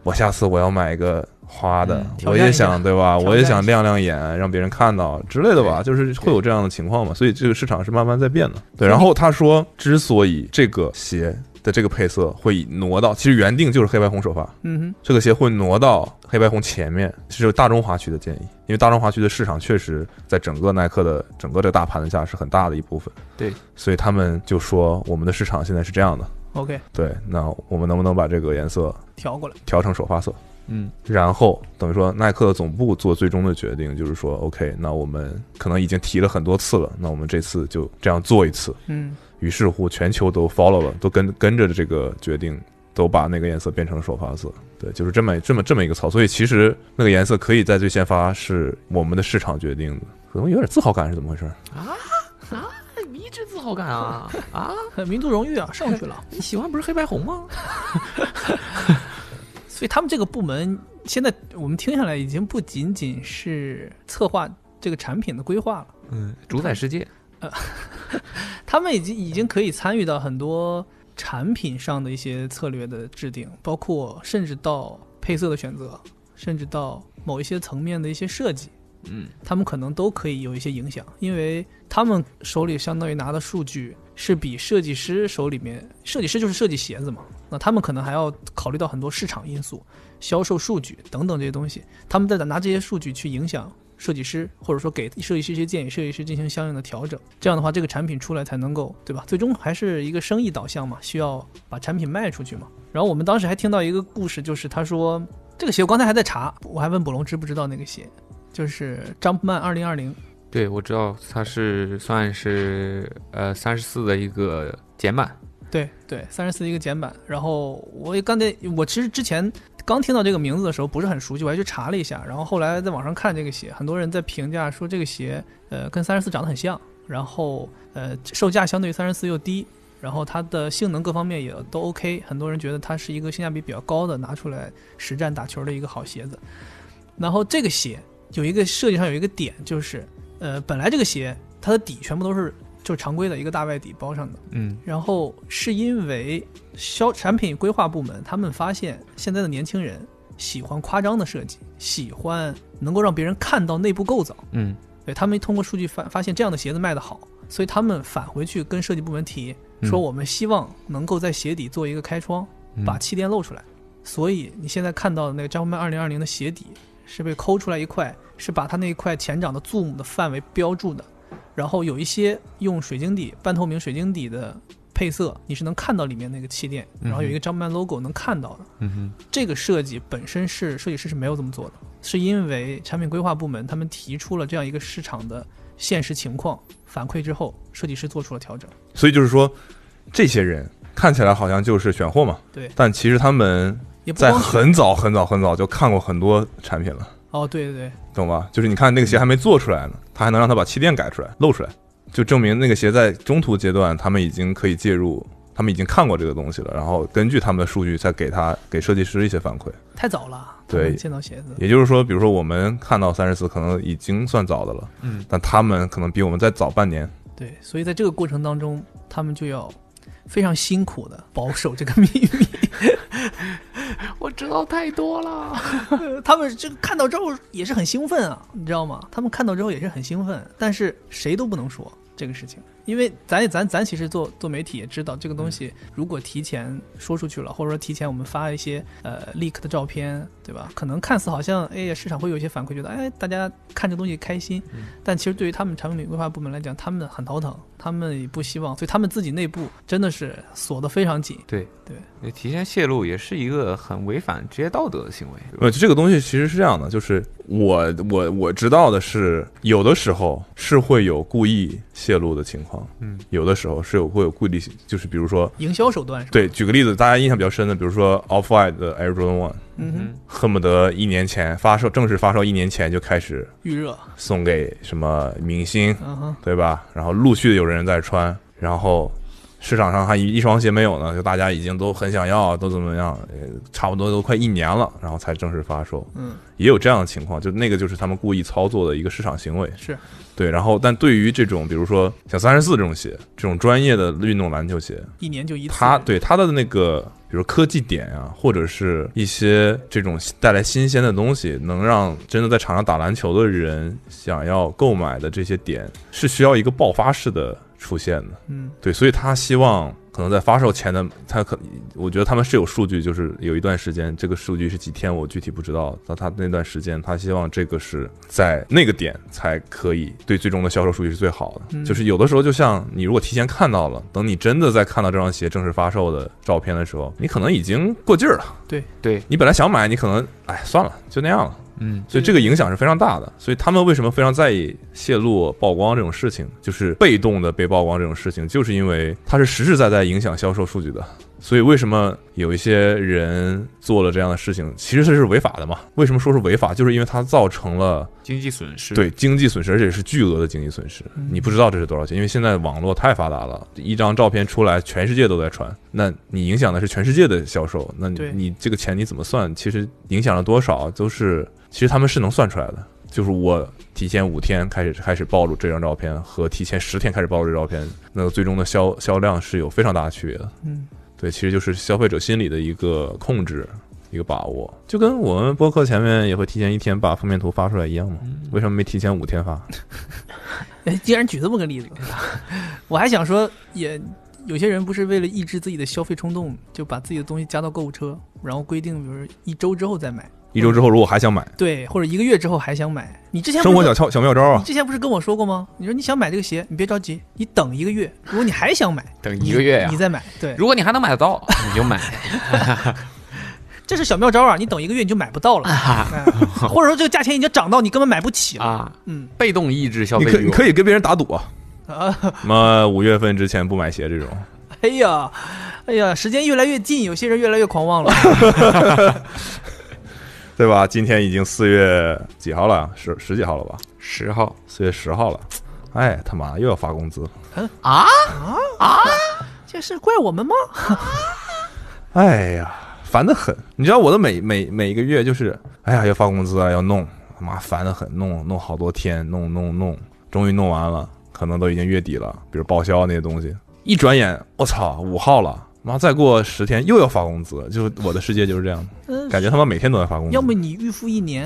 我下次我要买一个花的，
嗯
我也
挑战
想对吧？
挑战一下
我也想亮亮眼，让别人看到之类的吧，就是会有这样的情况嘛，所以这个市场是慢慢在变的。对，然后他说，之所以这个鞋的这个配色会挪到，其实原定就是黑白红首发，
嗯
这个鞋会挪到黑白红前面，是大中华区的建议，因为大中华区的市场确实在整个耐克的整个这个大盘子下是很大的一部分。
对，
所以他们就说我们的市场现在是这样的，
哼，OK，
对，那我们能不能把这个颜色
调过来。
调成首发色？
嗯，
然后等于说耐克的总部做最终的决定，就是说 OK，那我们可能已经提了很多次了，那我们这次就这样做一次。
嗯，
于是乎全球都 follow 了，都跟跟着这个决定，都把那个颜色变成首发色。对，就是这么这么这么一个操作。所以其实那个颜色可以在最先发，是我们的市场决定的。可能有点自豪感是怎么回事？
你一直自豪感啊啊！
民族荣誉啊，上 去了。
你喜欢不是黑白红吗？
所以他们这个部门现在我们听下来，已经不仅仅是策划这个产品的规划了，
嗯，主宰世界，
他们已经已经可以参与到很多产品上的一些策略的制定，包括甚至到配色的选择，甚至到某一些层面的一些设计，
嗯，
他们可能都可以有一些影响，因为他们手里相当于拿的数据是比设计师手里面，设计师就是设计鞋子嘛，那他们可能还要考虑到很多市场因素、销售数据等等这些东西，他们在拿这些数据去影响设计师，或者说给设计师一些建议，设计师进行相应的调整。这样的话，这个产品出来才能够，对吧？最终还是一个生意导向嘛，需要把产品卖出去嘛。然后我们当时还听到一个故事，就是他说这个鞋，我刚才还在查，我还问捕龙知不知道那个鞋，就是张曼二零二零，
对，我知道它是算是呃三十四的一个减版，
对对，三十四一个简版。然后我也刚才我其实之前刚听到这个名字的时候不是很熟悉，我还去查了一下，然后后来在网上看这个鞋，很多人在评价说这个鞋呃跟三十四长得很像，然后呃售价相对于三十四又低，然后它的性能各方面也都 OK，很多人觉得它是一个性价比比较高的拿出来实战打球的一个好鞋子。然后这个鞋有一个设计上有一个点就是呃本来这个鞋它的底全部都是就是常规的一个大外底包上的。
嗯
然后是因为销产品规划部门他们发现现在的年轻人喜欢夸张的设计，喜欢能够让别人看到内部构造，
嗯
对他们通过数据发发现这样的鞋子卖得好，所以他们返回去跟设计部门提
嗯
说，我们希望能够在鞋底做一个开窗，
嗯
把气垫露出来。所以你现在看到的那个 Jumpman 二零二零的鞋底是被抠出来一块，是把它那一块前掌的 zoom 的范围标注的，然后有一些用水晶底、半透明水晶底的配色，你是能看到里面那个气垫，
嗯
然后有一个 Jumpman logo 能看到的。
嗯哼
这个设计本身是设计师是没有这么做的，是因为产品规划部门他们提出了这样一个市场的现实情况反馈之后，设计师做出了调整。
所以就是说，这些人看起来好像就是选货嘛，
对
但其实他们
也不
在
光
很早很早很早就看过很多产品了，
哦，对对对，
懂吧？就是你看那个鞋还没做出来呢，他还能让他把气垫改出来、露出来，就证明那个鞋在中途阶段他们已经可以介入。他们已经看过这个东西了，然后根据他们的数据再给他给设计师一些反馈。
太早了，
对
见到鞋子，
也就是说，比如说我们看到三十四可能已经算早的了，
嗯
但他们可能比我们再早半年。
对，所以在这个过程当中，他们就要非常辛苦的保守这个秘密。
我知道太多了。
呃他们这个看到之后也是很兴奋啊，你知道吗？他们看到之后也是很兴奋，但是谁都不能说这个事情，因为咱也咱咱其实做做媒体也知道，这个东西
嗯
如果提前说出去了，或者说提前我们发一些呃 leak 的照片，对吧？可能看似好像哎呀市场会有一些反馈，觉得哎大家看这东西开心，但其实对于他们产品规划部门来讲，他们很头疼，他们也不希望，所以他们自己内部真的是锁得非常紧。
对
对，
提前泄露也是一个很违反职业道德的行为。
呃，这个东西其实是这样的，就是我我我知道的是，有的时候是会有故意泄露的情况，
嗯，
有的时候是有会有故意，就是比如说，
营销手段是吧？，
对，举个例子，大家印象比较深的，比如说 Off White 的 Air Jordan One，
嗯哼，
恨不得一年前发售，正式发售一年前就开始
预热，
送给什么明星，
嗯哼，
对吧？然后陆续的有人在穿，然后市场上还一一双鞋没有呢，就大家已经都很想要，都怎么样，呃差不多都快一年了，然后才正式发售。
嗯，
也有这样的情况，就那个就是他们故意操作的一个市场行为。
是
对，然后但对于这种比如说像三十四这种鞋，这种专业的运动篮球鞋，
一年就一次。
它对它的那个比如科技点啊，或者是一些这种带来新鲜的东西，能让真的在场上打篮球的人想要购买的这些点，是需要一个爆发式的出现的。
嗯
对，所以他希望可能在发售前的，他可我觉得他们是有数据，就是有一段时间，这个数据是几天，我具体不知道。但他那段时间，他希望这个是在那个点才可以对最终的销售数据是最好的。
嗯
就是有的时候，就像你如果提前看到了，等你真的在看到这双鞋正式发售的照片的时候，你可能已经过劲儿了。
对，
你本来想买，你可能哎算了，就那样了。
嗯
所以这个影响是非常大的。所以他们为什么非常在意泄露曝光这种事情，就是被动的被曝光这种事情，就是因为它是实实在在影响销售数据的。所以为什么有一些人做了这样的事情，其实这是违法的嘛？为什么说是违法？就是因为它造成了
经济损失。
对经济损失，而且是巨额的经济损失
嗯。
你不知道这是多少钱，因为现在网络太发达了，一张照片出来，全世界都在传。那你影响的是全世界的销售，那你
对
你这个钱你怎么算？其实影响了多少，都是其实他们是能算出来的。就是我提前五天开始开始暴露这张照片，和提前十天开始暴露这张照片，那最终的销销量是有非常大的区别的。
嗯，
对，其实就是消费者心理的一个控制，一个把握，就跟我们播客前面也会提前一天把封面图发出来一样嘛。
嗯
为什么没提前五天发？
哎，既然举这么个例子，我还想说，也有些人不是为了抑制自己的消费冲动，就把自己的东西加到购物车，然后规定，比如一周之后再买，
一周之后如果还想买，
对，或者一个月之后还想买。你之前不
生
是
活
说
小窍小妙招
你
哦
啊，
之前不是跟我说过吗？你说你想买这个鞋，你别着急，你等一个月，如果你还想买，
等
你
一个月呀
你。再买。对，
如果你还能买得到， 你就买。
这是小妙招啊！你等一个月你就买不到了，哎或者说这个价钱已经涨到你根本买不起了。
啊，
嗯
被动抑制消
你
费
可
欲
你
望。
可以跟别人打赌啊，
啊，
什么五月份之前不买鞋这种，
哎呀，哎呀，时间越来越近，有些人越来越狂妄了。
对吧？今天已经四月几号了？十十几号了吧？
十号，
四月十号了。哎，他妈又要发工资！
这是怪我们吗？
哎呀，烦得很。你知道我的每每每个月就是，哎呀，要发工资啊，要弄，他妈烦得很，弄弄好多天，弄弄弄，终于弄完了，可能都已经月底了，比如报销那些东西。一转眼，我操，五号了，妈，再过十天又要发工资，就是我的世界就是这样，
嗯，
感觉他妈每天都在发工资
要。么你预付一年，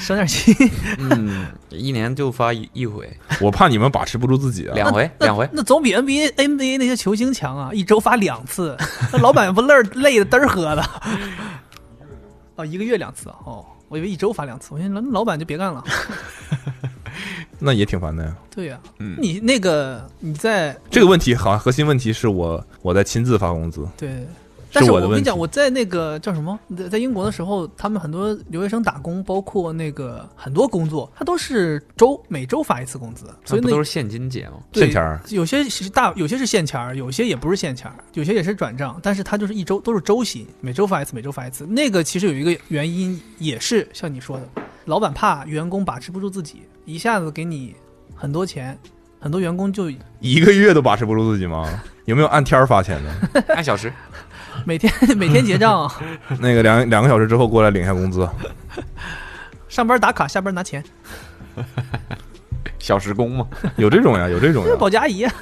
省点心。
嗯，一年就发一一回，
我怕你们把持不住自己啊。
两回，
那
两回。
那总比 NBA NBA 那些球星强啊！一周发两次，那老板不累儿累的嘚儿喝的。哦，一个月两次啊哦，我以为一周发两次，我寻思那老板就别干了。
那也挺烦的呀。
对呀、
嗯
你那个你在
这个问题好像核心问题是我我在亲自发工资，
对，但是
我
我
的
跟
问
你
题
讲，。我在那个叫什么，在在英国的时候，他们很多留学生打工，包括那个很多工作，他都是周每周发一次工资，所以
啊那不
那
都是现金结吗？
对
现钱儿
有些是大，有些是现钱儿，有些也不是现钱儿，有些也是转账，但是它就是一周都是周薪，每周发一次，每周发一次。那个其实有一个原因，也是像你说的，老板怕员工把持不住自己，一下子给你很多钱，很多员工就
一个月都把持不住自己吗？有没有按天儿发钱的？
按小时，
每天 每天结账，
那个两两个小时之后过来领一下工资，
上班打卡，下班拿钱，
小时工嘛，
有这种呀，有这种
这是
呀。
保洁阿姨啊。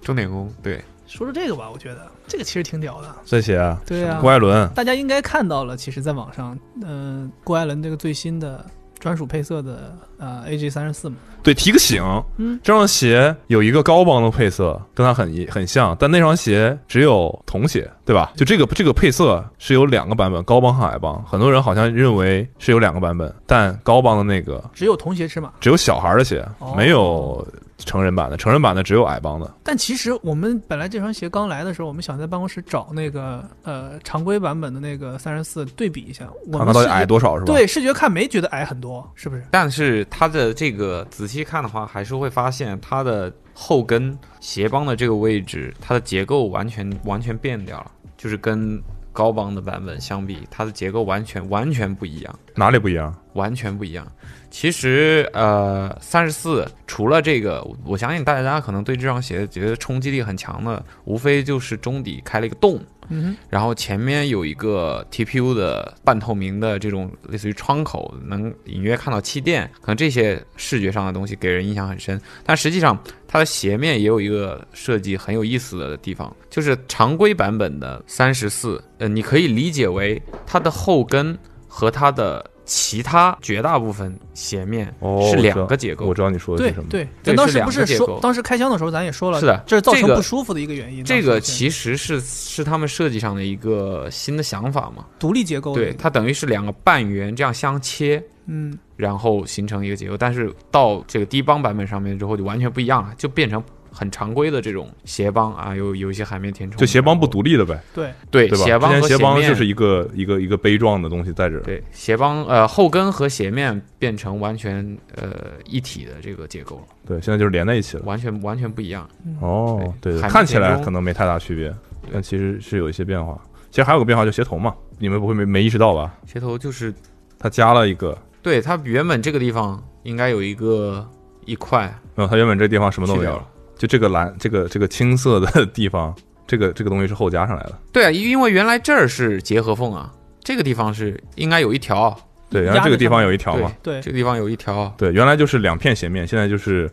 钟点工。对，
说说这个吧，我觉得这个其实挺屌的。
这些啊，
对啊，
郭艾伦，
大家应该看到了，其实在网上，嗯、郭艾伦这个最新的专属配色的呃 AJ 三十四嘛。
对，提个醒，
嗯
这双鞋有一个高帮的配色，跟它很一很像，但那双鞋只有童鞋，对吧？就这个这个配色是有两个版本，高帮和矮帮。很多人好像认为是有两个版本，但高帮的那个
只有童鞋尺码。
只有小孩儿的鞋
哦，
没有成人版的，成人版的只有矮帮的。
但其实我们本来这双鞋刚来的时候，我们想在办公室找那个呃常规版本的那个三十四对比一下，我
看看
们
到底
视
矮
觉
多少是吧？，
对视觉看没觉得矮很多，是不是？
但是它的这个仔细看的话，还是会发现它的后跟鞋帮的这个位置，它的结构完全完全变掉了，就是跟高帮的版本相比，它的结构完全完全不一样。
哪里不一样？
完全不一样。其实，呃，三十四除了这个，我我相信大家可能对这双鞋觉得冲击力很强的，无非就是中底开了一个洞，
嗯
然后前面有一个 TPU 的半透明的这种类似于窗口，能隐约看到气垫，可能这些视觉上的东西给人印象很深。但实际上，它的鞋面也有一个设计很有意思的地方，就是常规版本的三十四，呃，你可以理解为它的后跟和它的其他绝大部分鞋面
哦
是
我知
两
道
个结构。
我知道你说的
对
是什么。，
对，
对
咱当
是
时
两
不
个
是
结
说
构
当时开箱的时候咱也说了，
是的
这是造
这
成
个
不舒服的一个原因。
这个
当时
其实是是他们设计上的一个新的想法嘛？
独立结构的
对，它等于是两个半圆这样相切，
嗯，
然后形成一个结构。但是到这个低帮版本上面之后就完全不一样了，就变成很常规的这种斜帮啊，有有一些海绵填充，
就鞋帮不
然后
独立的呗，
对，
对
对吧？
鞋帮
之
和
前鞋帮
面
就是一个一个一个杯状的东西在这儿。
对鞋帮呃后跟和鞋面变成完全呃一体的这个结构了，
对，现在就是连在一起了。
完全完全不一样。
哦，
对
对，
海绵
看起来
填充
可能没太大区别，
对
但其实是有一些变化。其实还有个变化，就鞋头嘛，你们不会没没意识到吧？
鞋头就是
它加了一个，
对它原本这个地方应该有一个一块
没有，它原本这地方什么都
去
没
掉
有，
了。
就这个蓝，这个这个青色的 地方，这个这个东西是后加上来的。
对啊，因因为原来这儿是结合缝啊，这个地方是应该有一条，
对，
压
原来这个
着
地
上
方
面
有一条啊嘛，
对
这个地方有一条，
对，原来就是两片鞋面，现在就是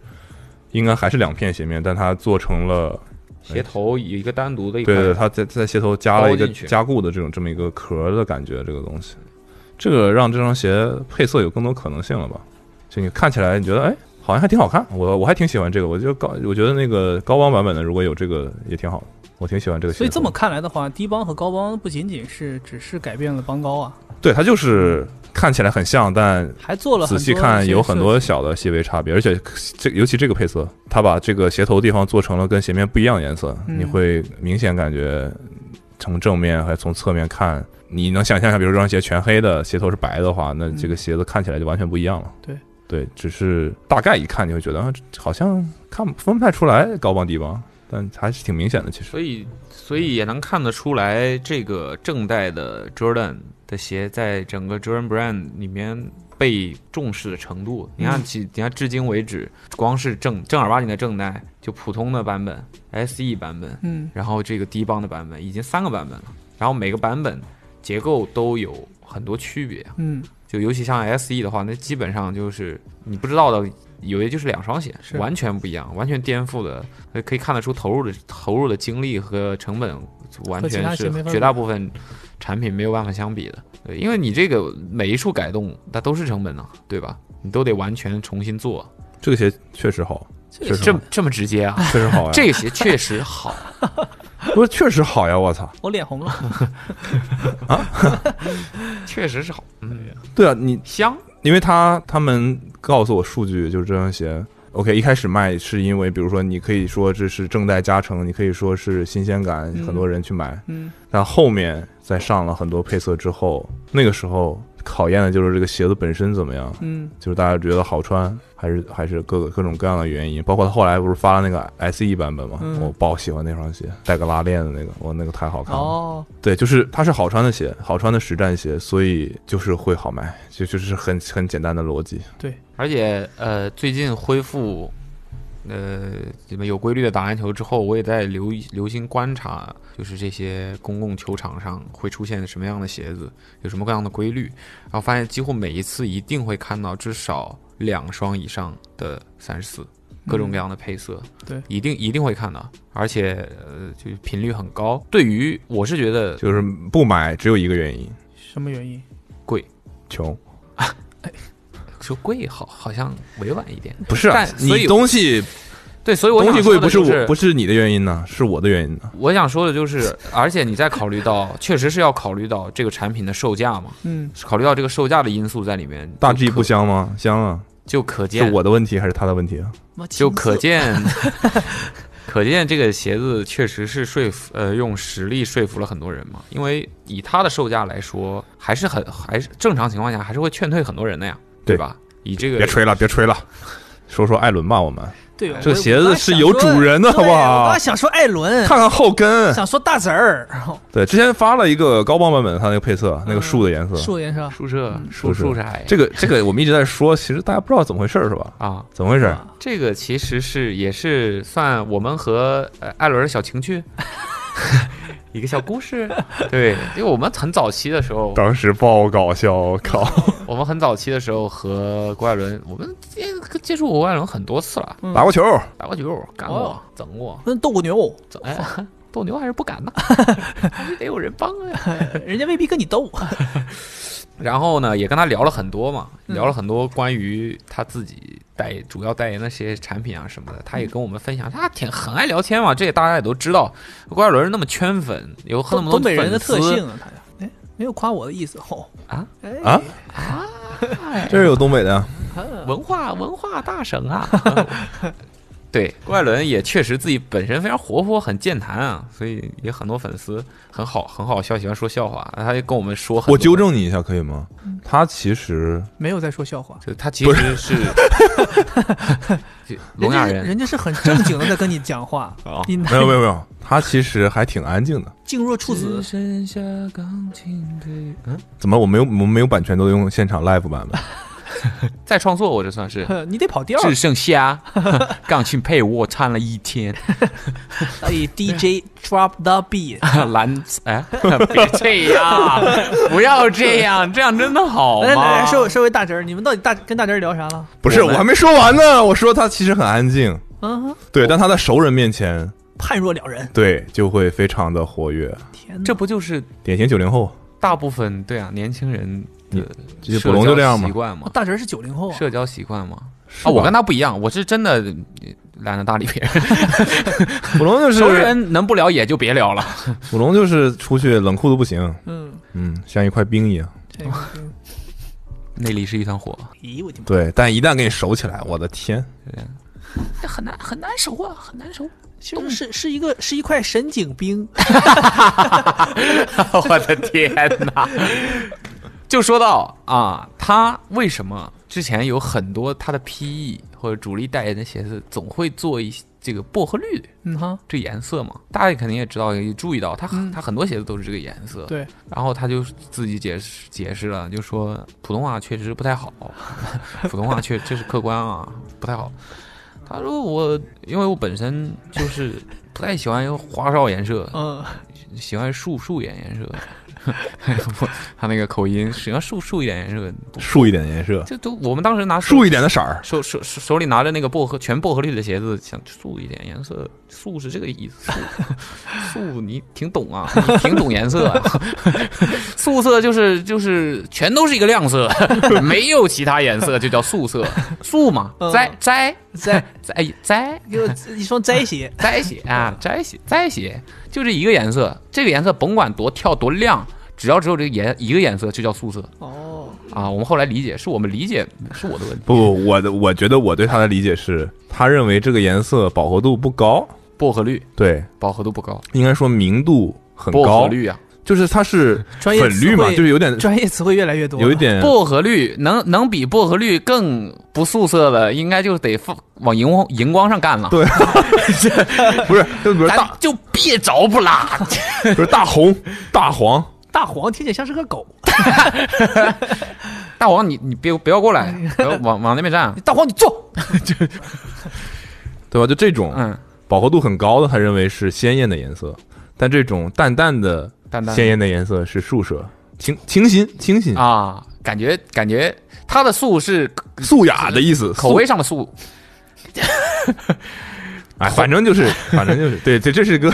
应该还是两片鞋面，但它做成了，
鞋头有一个单独的一块
对对，它在在鞋头加了一
包
个
进去
加固的这种这么一个壳的感觉，这个东西，这个让这双鞋配色有更多可能性了吧？就你看起来，你觉得哎，好像还挺好看，我我还挺喜欢这个，我就高，我觉得那个高帮版本的如果有这个也挺好的，我挺喜欢这个鞋头。
所以这么看来的话，低帮和高帮不仅仅是只是改变了帮高啊，
对，它就是看起来很像，但
还做了很
仔
多
细看
一些
有很
设
多
计
小的细微差别，而且这尤其这个配色，它把这个鞋头地方做成了跟鞋面不一样的颜色，
嗯
你会明显感觉从正面还从侧面看，你能想象一下，比如这双鞋全黑的，鞋头是白的话，那这个鞋子看起来就完全不一样了。
嗯对。
对，只是大概一看你会觉得啊，这好像看分不太出来高帮低帮，但还是挺明显的。其实
所以所以也能看得出来，这个正代的 Jordan 的鞋在整个 Jordan Brand 里面被重视的程度，
嗯
你看起，你看至今为止，光是正正儿八经的正代，就普通的版本、SE 版本，
嗯，
然后这个低帮的版本，已经三个版本了，然后每个版本结构都有很多区别，
嗯，
就尤其像 SE 的话，那基本上就是你不知道的，有些就是两双鞋，
是
完全不一样，完全颠覆的，呃可以看得出投入的投入的精力和成本完
和其他
全
鞋
是
没法比
绝大部分产品没有办法相比的。对，因为你这个每一处改动，它都是成本呢、对吧？你都得完全重新做，
这个鞋确实好，确实
这
好
么这么直 接啊！
确实好呀，
这个鞋确实好，
不是确实好呀！我操，
我脸红了，
确实是好，
哎
嗯，
对啊，你
香，
因为他他们告诉我数据，就是这双鞋，OK，一开始卖是因为，比如说你可以说这是正代加成，你可以说是新鲜感，
嗯
很多人去买，
嗯，
但后面在上了很多配色之后，那个时候考验的就是这个鞋子本身怎么样，
嗯，
就是大家觉得好穿，还是还是各个各种各样的原因，包括他后来不是发了那个 SE 版本嘛，
嗯
我爆喜欢那双鞋，带个拉链的那个，我那个太好看了。
哦，
对，就是它是好穿的鞋，好穿的实战鞋，所以就是会好卖，就就是很很简单的逻辑。
而且呃，最近恢复呃怎么有规律的打篮球之后，我也在留意留心观察，就是这些公共球场上会出现什么样的鞋子，有什么各样的规律，然后发现几乎每一次一定会看到至少两双以上的三十四。各
嗯
种各样的配色，
对
一定一定会看到，而且呃，就是频率很高。对于我是觉得
就是不买只有一个原因，
什么原因？
穷。
说贵好好像委婉一点，
不是、啊
但，所以
你东西
对，所以我
东
想
西
说
贵
的
不是
就
我不是你的原因呢，是我的原因呢。
我想说的就是，而且你在考虑到，确实是要考虑到这个产品的售价嘛，
嗯，
是考虑到这个售价的因素在里面。
大
就
G
可
不香吗？香啊，
就可
是
见，
我的问题还是他的问题啊？
妈
就可
亲自
见，可见这个鞋子确实是说服呃用实力说服了很多人嘛，因为以它的售价来说，还是很还是正常情况下还是会劝退很多人的呀，
对
对吧？以这个
别吹了，别吹了，说说艾伦吧，我们
对
哎
我
这个鞋子是有主人的，
我
好不
我
好
刚？想说艾伦，
看看后 跟，
想说大侄儿，然后
对，之前发了一个高帮版本，它那个配色，
嗯
那个树的颜色，
树颜色，
宿舍
嗯宿
宿
舍
宿舍矮
这个这个我们一直在说，其实大家不知道怎么回事儿是吧？
啊，
怎么回事儿？
啊
这个其实是也是算我们和呃艾伦的小情趣， 一个小故事。对，因为我们很早期的时候，
当时爆搞笑，我靠！
我们很早期的时候和郭艾伦，我们接接触过郭艾伦很多次了，
打过球，
打过球，干
哦
过，整过，
那斗过牛，
整哎。斗牛还是不敢呢，还是得有人帮啊。
人家未必跟你斗，
然后呢，也跟他聊了很多嘛，
嗯
聊了很多关于他自己代主要代言的些产品啊什么的，他也跟我们分享，他挺很爱聊天嘛，这也大家也都知道。郭艾伦那么圈粉，有很多
东北人的特
粉丝
性啊，他哎没有夸我的意思吼
啊
哎
啊这是有东北的啊呀，
哎文化文化大省啊。 对，郭艾伦也确实自己本身非常活泼，很健谈啊，所以也很多粉丝很好很好笑，喜欢说笑话。他就跟我们说很多，
我纠正你一下可以吗？他其实
没有在说笑话。
就他其实 是就聋哑
人家是人家是很正经的在跟你讲
，
话
啊
你
没有没有没有，他其实还挺安静的。
静若处子，
剩下钢琴对，嗯，
怎么我没有我们没有版权都用现场 live 版 本？
再创作我这算是
呃你得跑调儿。
只剩下 钢琴配我唱了一天，
哎，DJ drop the beat，
蓝哎，别这样，不要这样，这样真的好
来来来，
吗？
收收回大侄儿，你们到底大跟大侄儿聊啥了？
不是，
我
我
们
还没说完呢。我说他其实很安静，
嗯哼，
对，但他在熟人面前，
判若两人。
对，就会非常的活跃，
天哪，
这不就是
典型九零后。
大部分对啊年轻人的
这
社
捕龙就这样
交
嘛
习惯嘛，
大侄儿是九零后啊，
社交习惯嘛。
是
啊，我
吧
跟他不一样，我是真的呃懒得搭理别人，
捕龙就
熟
是
人能不聊也就别聊了。
捕龙就是出去冷酷的不行，
嗯，
嗯，像一块冰一样。
这 个嗯
内里是一团火，
咦，我的妈，
对，但一旦给你熟起来，我的天，
这很难很难熟啊，很难熟。
是是是一个是一块神经 冰，
我的天 哪！就说到啊，他为 E 什么之前有很多他的 PE 或者主力代言的鞋子，总会做一这个薄荷绿
嗯哈，
这颜色嘛，大家肯定也知道，也注意到它很
嗯
它很多鞋子都是这个颜色。
对，
然后他就自己解释解释了，就说普通话确实 不太好，普通话确这是客观啊，不太好。他说我因为我本身就是不太喜欢花哨颜色，
嗯，
喜欢素素颜颜色。不他那个口音喜欢素素颜颜色，不
树一点的颜色，
这都我们当时拿手
树一点的色儿，
手手手手里拿着那个薄荷全薄荷绿的鞋子，想素一点颜色，素是这个意思。素素你挺懂啊，你挺懂颜色、啊。素色就是就是全都是一个亮色，没有其他颜色，就叫素色。素嘛，
嗯
摘摘
摘
摘摘
给我一双斋
哎
鞋，
摘 鞋啊，摘鞋摘鞋，就这一个颜色。这个颜色甭管多跳多亮，只要只有这个颜一个颜色就叫素色
哦，
啊。我们后来理解是我们理解是我的问题。
不不，我的我觉得我对他的理解是，他认为这个颜色饱和度不高，
薄荷绿
对，
饱和度不高，
应该说明度很
薄荷
高，
绿啊。
就是它是
专业
粉绿嘛，
词汇
就是有点
专业词汇越来越多，
有一，点
薄荷绿能能比薄荷绿更不素色的，应该就得放往荧光荧光上干了。
对不是，就比如
咱
大，
就别着不 啦，
比如大红、大黄，
大黄听起来像是个狗，
大王你你别不要过来，不要往往那边站。
大黄你 坐，
对吧？就这种
嗯，
饱和度很高的，他认为是鲜艳的颜色，但这种淡淡的
丹丹
鲜艳的颜色是素色，清清新、清新、
啊，感觉感觉他的素是
素雅的意思，
口
素
味上的素，
哎，反正就是，反正就是，对对，这是个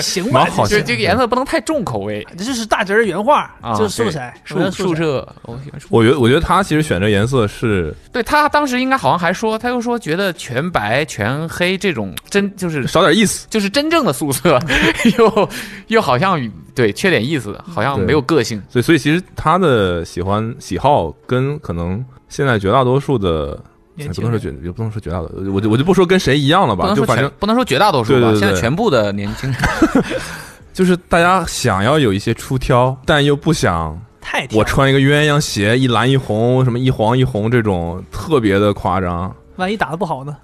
行吧，
蛮好
就
笑
是这个颜色不能太重口味
这就是大侄儿原话
啊。，
就是素
对
材，我
素
要素
素
材，
色，我喜欢素。
我觉得，我觉得他其实选这颜色是
对他当时应该好像还说，他又说觉得全白全黑这种真就是
少点意思，
就是真正的素色，又又好像对缺点意思，好像
对
没有个性。
所以所以其实他的喜欢喜好跟可能现在绝大多数的，哎
年
不
轻
能说
人
绝，也不能说绝大多数，我就我就不说跟谁一样了
不
吧，
能
就
说
反
全
正
不能说绝大多数吧，
对对对
现在全部的年轻人
就是大家想要有一些出挑，但又不想
太甜
我
了
穿一个鸳鸯鞋，一蓝一红，什么一黄一红这种特别的夸张，
万一打得不好呢？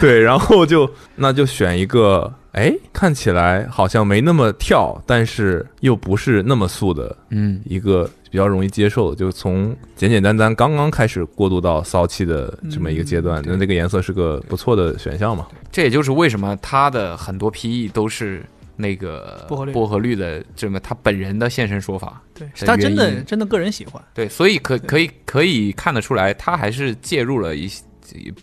对，然后就那就选一个，哎，看起来好像没那么跳，但是又不是那么素的
嗯，
一个比较容易接受的，就从简简单单刚刚开始过渡到骚气的这么一个阶
嗯
段，那这个颜色是个不错的选项嘛？
这也就是为什么他的很多 PE 都是那个
薄荷绿
薄荷绿的这么他本人的现身说法。
对，
哎
是
这
他真
原
的
因
真的个人喜欢，
对，所以可可以可以看得出来，他还是介入了一些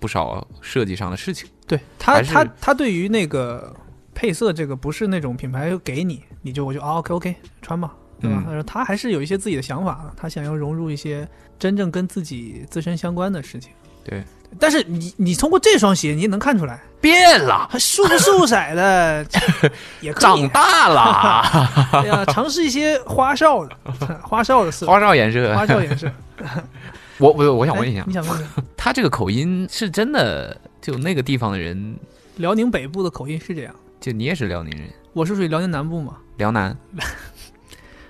不少设计上的事情。
对他
还是
他他对于那个配色这个不是那种品牌给你，你就我就啊 OK OK 穿吧，对吧
嗯？
但是他还是有一些自己的想法啊的，他想要融入一些真正跟自己自身相关的事情。
对，
但是你你通过这双鞋，你也能看出来，
变了，
他素不素色 的也可以啊
长，大了，
对呀，尝试一些花哨的 花哨的色，
花哨颜色
花。哨也是。
我我我想问一
哎
下
你，想问什么？
他这个口音是真的？就那个地方的人，
辽宁北部的口音是这样，
就你也是辽宁人，
我是属于辽宁南部嘛，
辽南